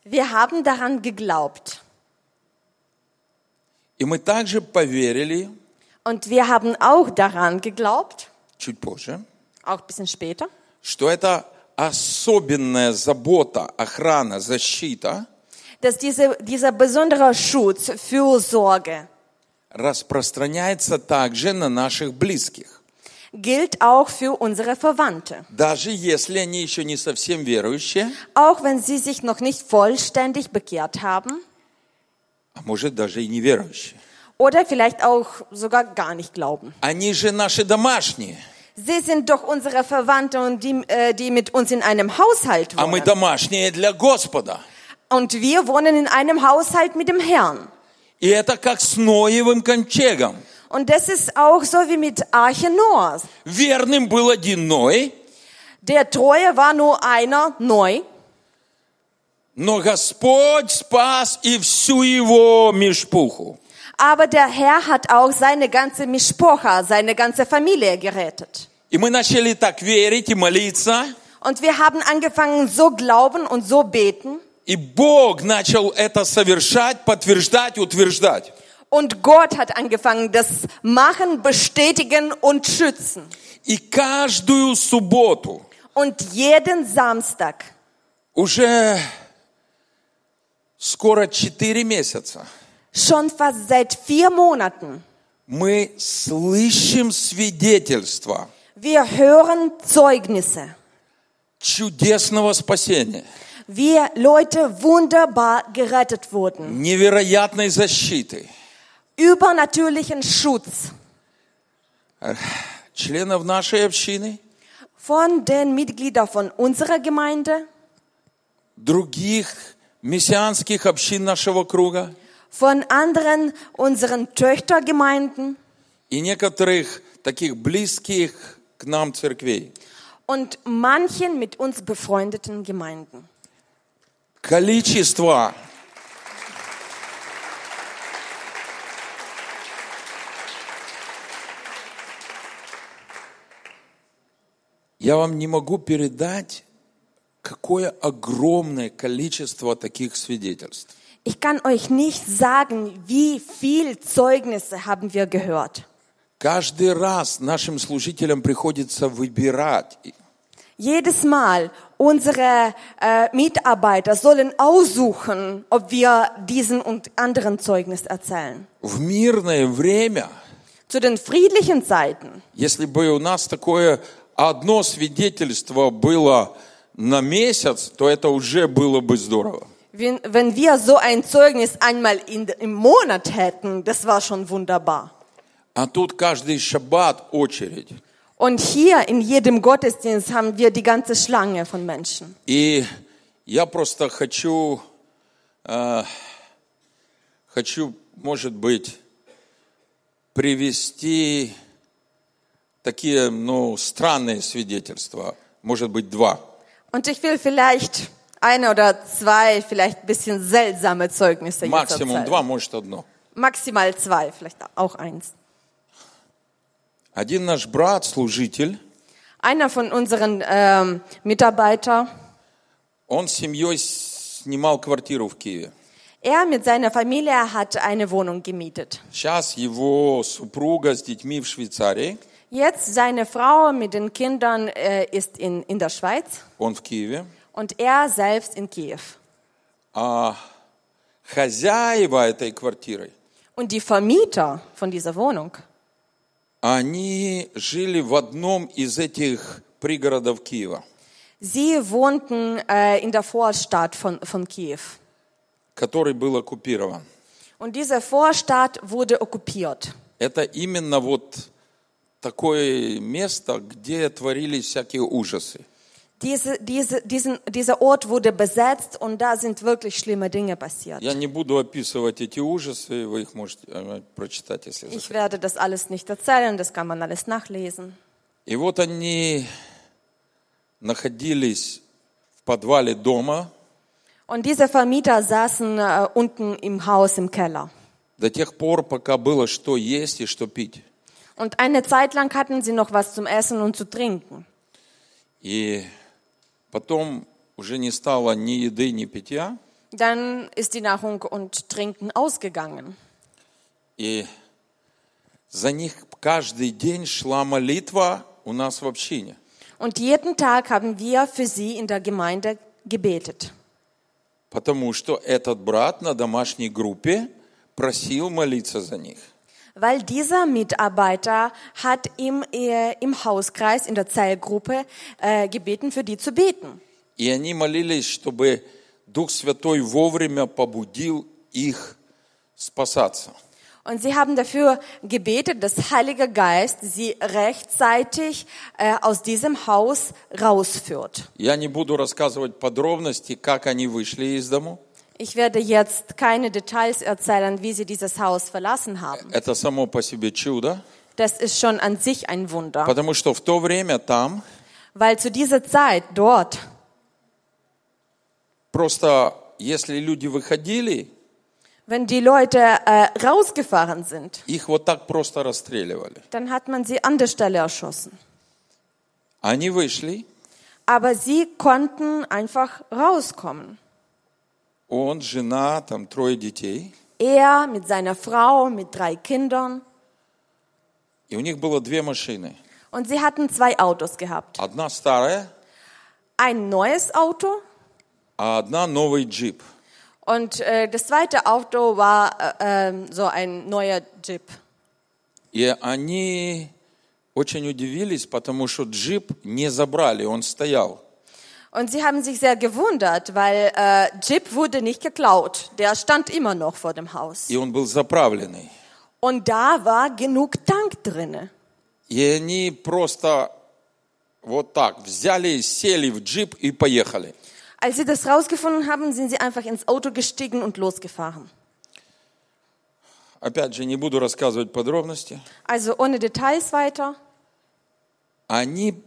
Speaker 2: Wir haben daran geglaubt.
Speaker 1: И мы также поверили
Speaker 2: Und wir haben auch daran geglaubt,
Speaker 1: чуть позже,
Speaker 2: auch ein bisschen später,
Speaker 1: что это особенная забота, охрана, защита
Speaker 2: dass diese, dieser besondere Schutz, Fürsorge
Speaker 1: распространяется также на наших близких,
Speaker 2: gilt auch für unsere Verwandte.
Speaker 1: даже если они еще не совсem верующие,
Speaker 2: Auch wenn sie sich noch nicht vollständig bekehrt haben
Speaker 1: а может даже и неверующие.
Speaker 2: oder vielleicht auch sogar gar nicht glauben.
Speaker 1: Они же наши домашние,
Speaker 2: Sie sind doch unsere Verwandte und die, äh, die mit uns in einem Haushalt
Speaker 1: а мы
Speaker 2: wohnen.
Speaker 1: домашние для Господа.
Speaker 2: Und wir wohnen in einem Haushalt mit dem Herrn.
Speaker 1: И это как с Ноевым кончегом.
Speaker 2: Und das ist auch so wie mit Arche Noahs.
Speaker 1: Верным был один Ной,
Speaker 2: Der Treue war nur einer neu,
Speaker 1: но Господь спас и всю его мешпуху.
Speaker 2: aber der Herr hat auch seine ganze Mischpocha, seine ganze Familie gerettet.
Speaker 1: И мы начали так верить и молиться,
Speaker 2: Und wir haben angefangen, so glauben und so beten.
Speaker 1: и Бог начал это совершать, подтверждать, утверждать.
Speaker 2: Und Gott hat angefangen, das Machen, Bestätigen und Schützen.
Speaker 1: И каждую субботу
Speaker 2: Und jeden Samstag,
Speaker 1: уже скоро 4 месяца
Speaker 2: schon fast seit vier Monaten,
Speaker 1: мы слышим свидетельство
Speaker 2: wir hören Zeugnisse,
Speaker 1: чудесного спасения,
Speaker 2: wie Leute wunderbar gerettet wurden.
Speaker 1: невероятной защиты
Speaker 2: Übernatürlichen Schutz
Speaker 1: членов нашей общины,
Speaker 2: von den Mitgliedern von unserer Gemeinde,
Speaker 1: других мессианских общин нашего круга
Speaker 2: von anderen unseren Töchtergemeinden
Speaker 1: и некоторых таких близких к нам церквей.
Speaker 2: und manchen mit uns befreundeten Gemeinden.
Speaker 1: количество Я вам не могу передать, какое огромное количество таких свидетельств.
Speaker 2: Ich kann euch nicht sagen, wie viel Zeugnisse haben wir gehört.
Speaker 1: Каждый раз нашим служителям приходится wybierać,
Speaker 2: Jedes Mal unsere äh, Mitarbeiter sollen aussuchen, ob wir diesen und anderen Zeugnis erzählen.
Speaker 1: В мирное время,
Speaker 2: Zu den friedlichen Zeiten,
Speaker 1: если бы у нас такое одно свидетельство было на месяц, то это уже было бы здорово.
Speaker 2: Wenn, wenn wir so ein Zeugnis einmal in, im Monat hätten, das war schon wunderbar.
Speaker 1: А тут каждый шаббат очередь.
Speaker 2: Und hier in jedem Gottesdienst haben wir die ganze Schlange von Menschen.
Speaker 1: И я просто хочу, э, хочу, может быть, привести такие, ну, странные свидетельства, может быть, два.
Speaker 2: Und ich will vielleicht eine oder zwei, vielleicht ein bisschen seltsame Zeugnisse jetzt
Speaker 1: Максимум
Speaker 2: erzählen.
Speaker 1: два, может, одно.
Speaker 2: Maximal zwei, vielleicht auch eins.
Speaker 1: Один наш брат, служитель,
Speaker 2: Einer von unseren ähm, Mitarbeitern,
Speaker 1: он с семьей снимал квартиру в Киеве.
Speaker 2: er mit seiner Familie hat eine Wohnung gemietet.
Speaker 1: Сейчас его супруга с детьми в Швейцарии,
Speaker 2: Jetzt seine Frau mit den Kindern äh, ist in, in der Schweiz
Speaker 1: он в Киеве.
Speaker 2: und er selbst in Kiew.
Speaker 1: А хозяева этой квартиры,
Speaker 2: Und die Vermieter von dieser Wohnung,
Speaker 1: они жили в одном из этих пригородов Киева,
Speaker 2: sie wohnten äh, in der Vorstadt von, von Kiew.
Speaker 1: который был оккупирован.
Speaker 2: Und diese Vorstadt wurde okkupiert.
Speaker 1: Это именно вот такое место, где творились всякие ужасы.
Speaker 2: Diese, diese, diesen, dieser Ort wurde besetzt und da sind wirklich schlimme Dinge passiert.
Speaker 1: Я не буду описывать эти ужасы, вы их можете э, прочитать, если захотите.
Speaker 2: Ich werde das alles nicht erzählen, das kann man alles nachlesen.
Speaker 1: И вот они naходились в подвале дома
Speaker 2: Und diese Vermieter saßen äh, unten im Haus im Keller.
Speaker 1: до тех пор, пока было что есть и что пить.
Speaker 2: Und eine Zeit lang hatten sie noch was zum Essen und zu trinken.
Speaker 1: И потом уже не стало ни еды, ни питья.
Speaker 2: Dann ist die Nahrung und Trinken ausgegangen.
Speaker 1: И за них каждый день шла молитва у нас в общине.
Speaker 2: Und jeden Tag haben wir für sie in der Gemeinde gebetet.
Speaker 1: Потому что этот брат на домашней группе просил молиться за них.
Speaker 2: Weil dieser Mitarbeiter hat im, äh, im Hauskreis, in der Zellgruppe äh, gebeten, für die zu beten.
Speaker 1: И они молились, чтобы Дух Святой вовремя побудил их спасаться.
Speaker 2: Und sie haben dafür gebetet, dass Heiliger Geist sie rechtzeitig äh, aus diesem Haus rausführt.
Speaker 1: Я не буду рассказывать подробности, как они вышли из дому.
Speaker 2: Ich werde jetzt keine Details erzählen, wie sie dieses Haus verlassen haben.
Speaker 1: Это само по себе чудо,
Speaker 2: Das ist schon an sich ein Wunder,
Speaker 1: потому что в то время там
Speaker 2: weil zu dieser Zeit dort,
Speaker 1: просто, если люди выходили,
Speaker 2: wenn die Leute äh, rausgefahren sind,
Speaker 1: их вот так просто расстреливали.
Speaker 2: dann hat man sie an der Stelle erschossen.
Speaker 1: Они вышли,
Speaker 2: Aber sie konnten einfach rauskommen.
Speaker 1: он, жена, там трое детей,
Speaker 2: Er mit seiner Frau, mit drei Kindern.
Speaker 1: и у них было две машины.
Speaker 2: Und sie hatten zwei Autos gehabt.
Speaker 1: Одна старая,
Speaker 2: Ein neues Auto
Speaker 1: а одна новый джип.
Speaker 2: und äh, das zweite Auto war äh, ähm, so ein neuer Jeep.
Speaker 1: И они очень удивились, потому что джип не забрали, он стоял.
Speaker 2: Und sie haben sich sehr gewundert, weil äh, Jeep wurde nicht geklaut. Der stand immer noch vor dem Haus.
Speaker 1: И он был заправленный.
Speaker 2: Und da war genug Tank drinne.
Speaker 1: И они просто вот так взяли, сели в джип и поехали.
Speaker 2: Als sie das rausgefunden haben, sind sie einfach ins Auto gestiegen und losgefahren.
Speaker 1: Опять же, не буду рассказывать подробности.
Speaker 2: Also ohne Details weiter.
Speaker 1: Они,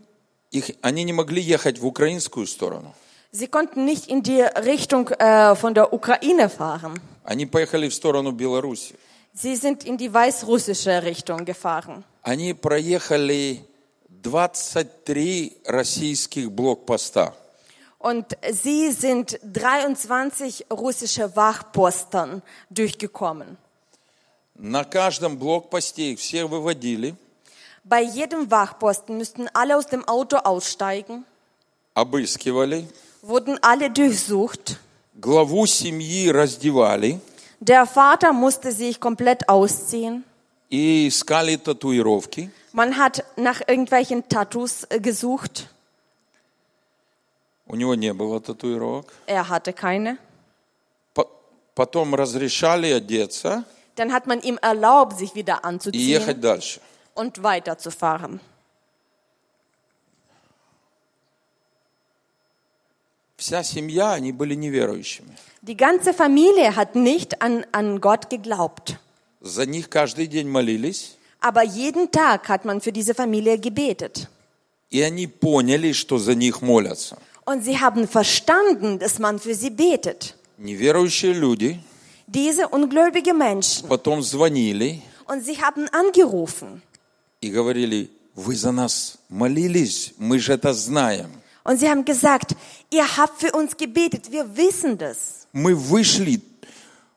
Speaker 1: их, они не могли ехать в украинскую сторону.
Speaker 2: Sie konnten nicht in die Richtung äh, von der Ukraine fahren.
Speaker 1: Они поехали в сторону Беларуси.
Speaker 2: Sie sind in die weißrussische Richtung gefahren.
Speaker 1: Они проехали 23 российских блокпоста.
Speaker 2: Und sie sind 23 russische Wachpostern durchgekommen.
Speaker 1: На каждом блокпосте их всех выводили.
Speaker 2: Bei jedem Wachposten müssten alle aus dem Auto aussteigen,
Speaker 1: обыскивали,
Speaker 2: wurden alle durchsucht.
Speaker 1: главу семьи раздевали
Speaker 2: Der Vater musste sich komplett ausziehen.
Speaker 1: и искали татуировки.
Speaker 2: Man hat nach irgendwelchen Tattoos äh, gesucht.
Speaker 1: У него не было татуировок.
Speaker 2: Er hatte keine.
Speaker 1: потом разрешали одеться
Speaker 2: Dann hat man ihm erlaubt, sich wieder
Speaker 1: и ехать
Speaker 2: anzuziehen
Speaker 1: дальше.
Speaker 2: und weiterzufahren.
Speaker 1: Вся семья, они были неверующими.
Speaker 2: Die ganze Familie hat nicht an, an Gott geglaubt.
Speaker 1: За них каждый день молились,
Speaker 2: Aber jeden Tag hat man für diese Familie gebetet.
Speaker 1: и они поняли, что за них молятся.
Speaker 2: Und sie haben verstanden, dass man für sie betet.
Speaker 1: Неверующие люди
Speaker 2: Diese ungläubigen Menschen.
Speaker 1: потом звонили
Speaker 2: Und sie haben angerufen.
Speaker 1: и говорили, вы за нас молились, мы же это знаем.
Speaker 2: Und sie haben gesagt, ihr habt für uns gebetet, wir wissen das.
Speaker 1: Мы вышли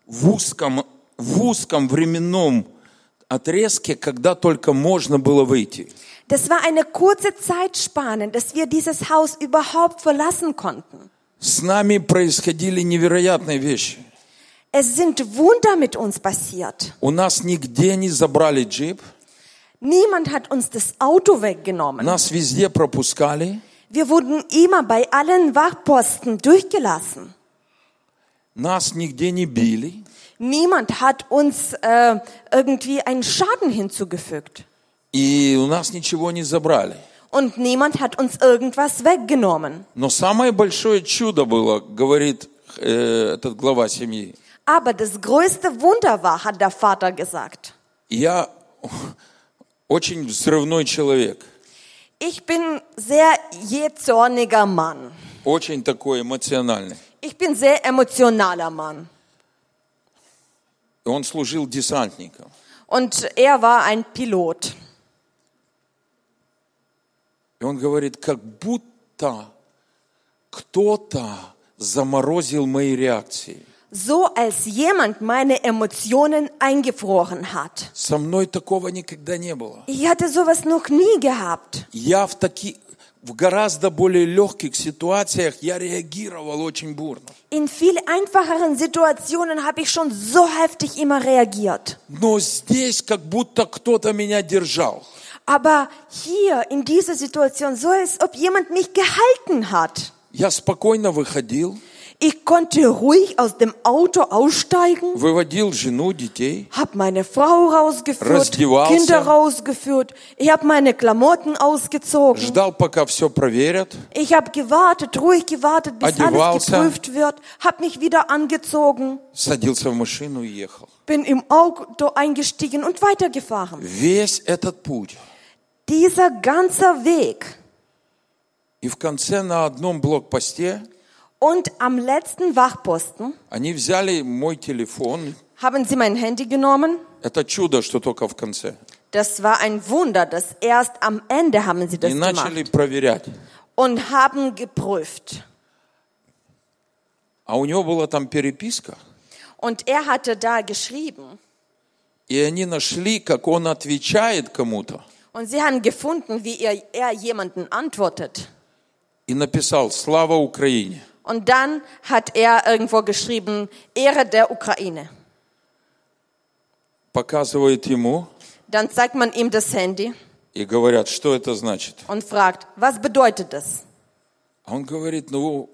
Speaker 1: в узком, в узком временном отрезке, когда только можно было выйти.
Speaker 2: Das war eine kurze Zeitspanne, dass wir dieses Haus überhaupt verlassen konnten.
Speaker 1: С нами происходили невероятные вещи.
Speaker 2: Es sind Wunder mit uns passiert.
Speaker 1: У нас нигде не забрали джип,
Speaker 2: Niemand hat uns das Auto weggenommen.
Speaker 1: нас везде пропускали,
Speaker 2: Wir wurden immer bei allen Wachposten durchgelassen.
Speaker 1: нас nigде не били,
Speaker 2: Niemand hat uns äh, irgendwie einen Schaden hinzugefügt.
Speaker 1: и у нас ничего не забрали.
Speaker 2: Und niemand hat uns irgendwas weggenommen.
Speaker 1: Но самое большое чудо было, говорит э, этот глава семьи.
Speaker 2: Aber das größte Wunder war, hat der Vater gesagt.
Speaker 1: Я очень взрывной человек,
Speaker 2: Ich bin sehr jähzorniger Mann.
Speaker 1: очень такой эмоциональный.
Speaker 2: Ich bin sehr emotionaler Mann.
Speaker 1: И Он служил десантником.
Speaker 2: Und er war ein Pilot.
Speaker 1: И он говорит, как будто кто-то заморозил мои реакции.
Speaker 2: So als jemand meine Emotionen eingefroren hat.
Speaker 1: Со мной такого никогда не было.
Speaker 2: Ich hatte sowas noch nie gehabt.
Speaker 1: Я в таки в гораздо более легких ситуациях я реагировал очень бурно.
Speaker 2: In viel einfacheren Situationen habe ich schon so heftig immer reagiert.
Speaker 1: Но здесь как будто кто-то меня держал.
Speaker 2: Aber hier in dieser Situation so, als ob jemand mich gehalten hat.
Speaker 1: Я spokojно выходил,
Speaker 2: Ich konnte ruhig aus dem Auto aussteigen,
Speaker 1: выводил жену, детей.
Speaker 2: habe meine Frau rausgeführt,
Speaker 1: Раздевался.
Speaker 2: Kinder rausgeführt, ich habe meine Klamotten ausgezogen.
Speaker 1: Ждал, пока все проверят.
Speaker 2: Ich habe gewartet, ruhig gewartet, bis alles
Speaker 1: Одевался.
Speaker 2: geprüft wird, habe mich wieder angezogen,
Speaker 1: Садился в машину и ехал.
Speaker 2: bin im Auto eingestiegen und weitergefahren.
Speaker 1: Весь этот путь.
Speaker 2: Dieser ganze Weg.
Speaker 1: И в конце на одном блокпосте
Speaker 2: Und am letzten Wachposten
Speaker 1: они взяли мой телефон.
Speaker 2: haben sie mein Handy genommen
Speaker 1: Это чудо, что только в конце.
Speaker 2: Das war ein Wunder, dass erst am Ende haben sie das
Speaker 1: И начали
Speaker 2: gemacht
Speaker 1: проверять.
Speaker 2: und haben geprüft.
Speaker 1: А у него была там переписка.
Speaker 2: Und er hatte da geschrieben
Speaker 1: И они нашли, как он отвечает кому-то.
Speaker 2: und sie haben gefunden, wie er, er jemanden antwortet.
Speaker 1: И написал «Слава Украине».
Speaker 2: Und dann hat er irgendwo geschrieben, Ehre der Ukraine.
Speaker 1: Показывает ему
Speaker 2: Dann zeigt man ihm das Handy
Speaker 1: и говорят, что это значит.
Speaker 2: und fragt, was bedeutet das?
Speaker 1: А он говорит, ну,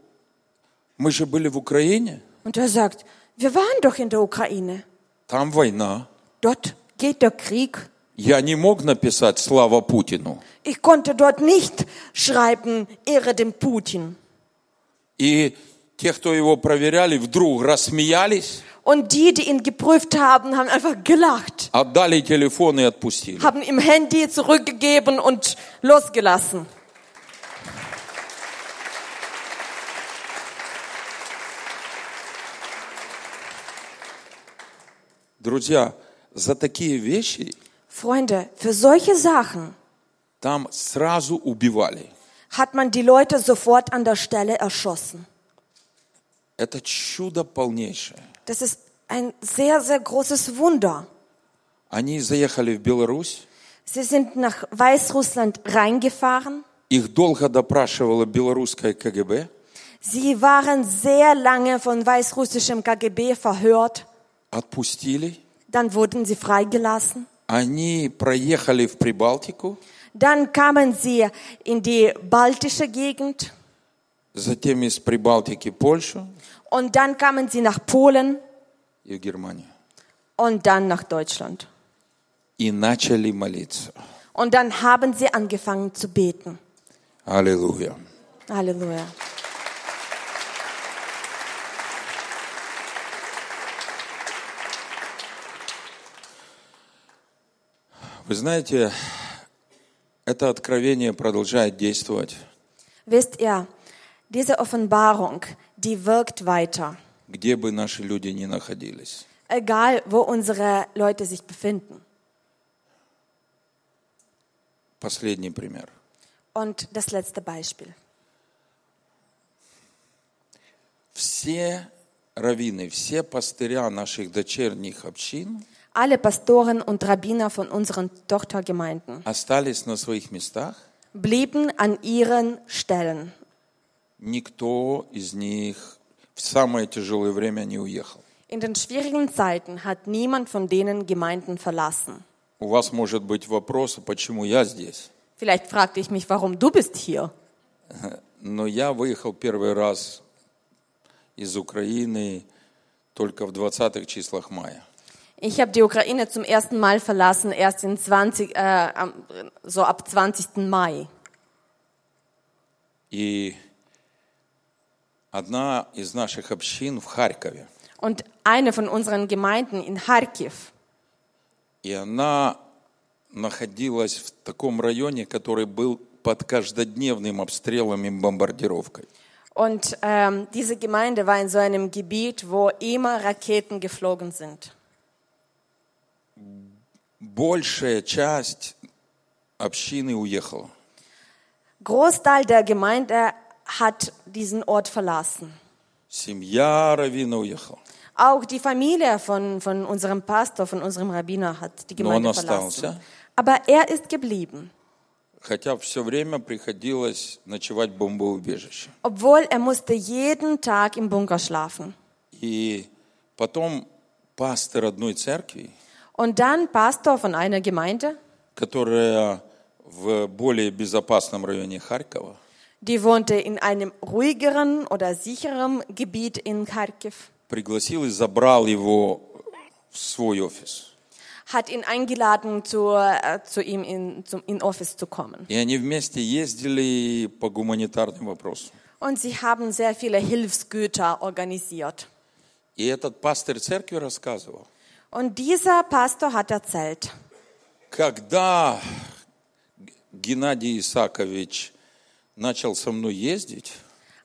Speaker 1: мы же были в Украине,
Speaker 2: Und er sagt, wir waren doch in der Ukraine.
Speaker 1: там война.
Speaker 2: Dort geht der Krieg.
Speaker 1: Я не мог написать «Слава Путину».
Speaker 2: Ich konnte dort nicht schreiben, Ehre dem Putin.
Speaker 1: И те, кто его проверяли, вдруг рассмеялись,
Speaker 2: Und die, die ihn geprüft haben, haben einfach gelacht,
Speaker 1: отдали телефон и отпустили.
Speaker 2: haben ihm Handy zurückgegeben und losgelassen.
Speaker 1: Друзья, за такие вещи
Speaker 2: Freunde, für solche Sachen
Speaker 1: там сразу убивали.
Speaker 2: hat man die Leute sofort an der Stelle erschossen.
Speaker 1: Это чудо полнейшее.
Speaker 2: Das ist ein sehr, sehr großes Wunder.
Speaker 1: Они заехали в Беларусь,
Speaker 2: Sie sind nach Weißrussland reingefahren.
Speaker 1: их долго допрашивало белорусское КГБ,
Speaker 2: Sie waren sehr lange von weißrussischem KGB verhört.
Speaker 1: отпустили,
Speaker 2: Dann wurden sie freigelassen.
Speaker 1: они проехали в Прибалтику,
Speaker 2: Dann kamen sie in die baltische Gegend.
Speaker 1: затем из Прибалтики Польшу,
Speaker 2: Und dann kamen sie nach Polen.
Speaker 1: и в Германию.
Speaker 2: und dann nach Deutschland.
Speaker 1: И начали молиться.
Speaker 2: Und dann haben sie angefangen zu beten.
Speaker 1: Аллилуйя.
Speaker 2: Halleluja.
Speaker 1: Вы знаете, это откровение продолжает действовать.
Speaker 2: Wisst ihr, diese Offenbarung, die wirkt weiter,
Speaker 1: где бы наши люди ни находились.
Speaker 2: egal wo unsere Leute sich befinden.
Speaker 1: Последний пример.
Speaker 2: Und das letzte Beispiel.
Speaker 1: Все раввины, все пастыря наших дочерних общин
Speaker 2: Alle Pastoren und Rabbiner von unseren Tochtergemeinden
Speaker 1: остались на своих местах.
Speaker 2: blieben an ihren Stellen.
Speaker 1: Никто из них в самое тяжелое время не уехал.
Speaker 2: In den schwierigen Zeiten hat niemand von denen Gemeinden verlassen.
Speaker 1: У вас может быть вопрос, почему я здесь?
Speaker 2: Vielleicht fragte ich mich, warum du bist hier.
Speaker 1: Но я выехал первый раз из Украины только в 20-х числах мая.
Speaker 2: Ich habe die Ukraine zum ersten Mal verlassen, erst in 20, äh, am- so ab 20. Mai.
Speaker 1: И одна из наших общин в Харькове –
Speaker 2: Und eine von unseren Gemeinden in Kharkiv,
Speaker 1: И она находилась в таком районе, который был под каждодневным обстрелом и бомбардировкой.
Speaker 2: und ähm, diese Gemeinde war in so einem Gebiet, wo immer Raketen geflogen sind.
Speaker 1: Большая часть общины уехала.
Speaker 2: Großteil der Gemeinde hat diesen Ort verlassen.
Speaker 1: Семья Равина уехала.
Speaker 2: Auch die Familie von, von unserem Pastor, von unserem Rabbiner hat die Gemeinde
Speaker 1: Nur noch
Speaker 2: verlassen.
Speaker 1: Staunze.
Speaker 2: Aber er ist geblieben,
Speaker 1: Хотя все время приходилось ночевать в бомбоубежище.
Speaker 2: obwohl er musste jeden Tag im Bunker schlafen.
Speaker 1: И потом пастор одной церкви,
Speaker 2: Und dann Pastor von einer Gemeinde,
Speaker 1: которая в более безопасном районе Харькова,
Speaker 2: die wohnte in einem ruhigeren oder sicheren Gebiet in Kharkiv,
Speaker 1: пригласил и забрал его в свой офис.
Speaker 2: hat ihn eingeladen, zu, äh, zu ihm in, zum, in Office zu kommen.
Speaker 1: И они вместе ездили по гуманитарным вопросам.
Speaker 2: Und sie haben sehr viele Hilfsgüter organisiert.
Speaker 1: И этот пастор церкви рассказывал,
Speaker 2: Und dieser Pastor hat erzählt,
Speaker 1: когда Геннадий Исакович начал со мной ездить,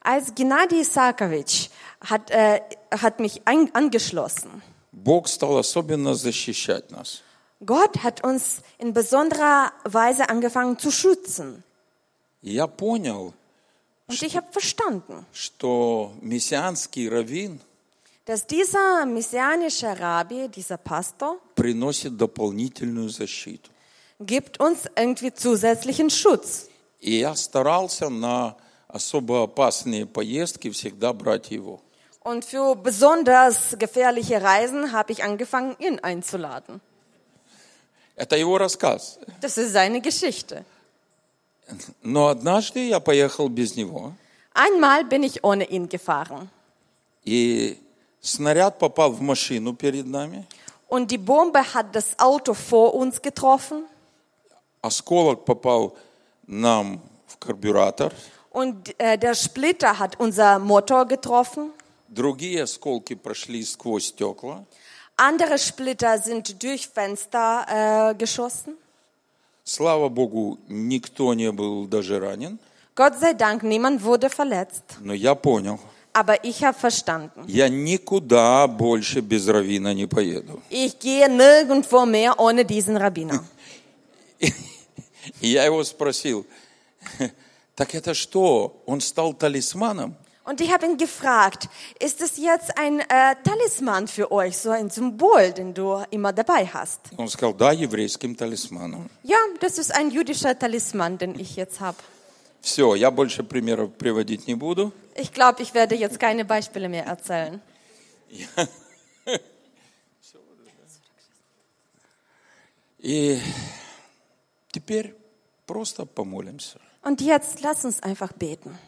Speaker 2: als Gennady Isakovic hat, äh, hat mich ein, angeschlossen.
Speaker 1: Бог стал особенно защищать нас.
Speaker 2: Gott hat uns in besonderer Weise angefangen zu schützen.
Speaker 1: И я понял,
Speaker 2: Und ich habe verstanden,
Speaker 1: что мессианский раввин
Speaker 2: dass dieser messianische Rabbi, dieser Pastor,
Speaker 1: приносит дополнительную защиту.
Speaker 2: gibt uns irgendwie zusätzlichen Schutz.
Speaker 1: И я старался на особо опасные поездки всегда брать его.
Speaker 2: Und für besonders gefährliche Reisen habe ich angefangen, ihn einzuladen.
Speaker 1: Это его рассказ.
Speaker 2: Das ist seine Geschichte.
Speaker 1: Но однажды я поехал без него.
Speaker 2: Einmal bin ich ohne ihn gefahren
Speaker 1: И снаряд попал в машину перед нами.
Speaker 2: und die Bombe hat das Auto vor uns getroffen
Speaker 1: Осколок попал нам в карбюратор.
Speaker 2: und äh, der Splitter hat unser Motor getroffen.
Speaker 1: Другие осколки прошли сквозь стекла.
Speaker 2: Andere Splitter sind durch Fenster äh, geschossen.
Speaker 1: Слава Богу, никто не был даже ранен.
Speaker 2: Gott sei Dank, niemand wurde verletzt.
Speaker 1: Но я понял,
Speaker 2: Aber ich habe verstanden.
Speaker 1: я никуда больше без равина не поеду.
Speaker 2: Ich gehe nirgendwo mehr ohne diesen Rabbiner.
Speaker 1: И я его спросил, так это что, он стал талисманом?
Speaker 2: Und ich habe ihn gefragt, ist es jetzt ein äh, Talisman für euch, so ein Symbol, den du immer dabei hast?
Speaker 1: Он сказал, да, еврейским талисманом.
Speaker 2: Ja, das ist ein jüdischer Talisman, den ich jetzt habe.
Speaker 1: Все, я больше примеров приводить не буду.
Speaker 2: Ich glaube, ich werde jetzt keine Beispiele mehr erzählen.
Speaker 1: И теперь просто помолимся.
Speaker 2: Und jetzt lass uns einfach beten.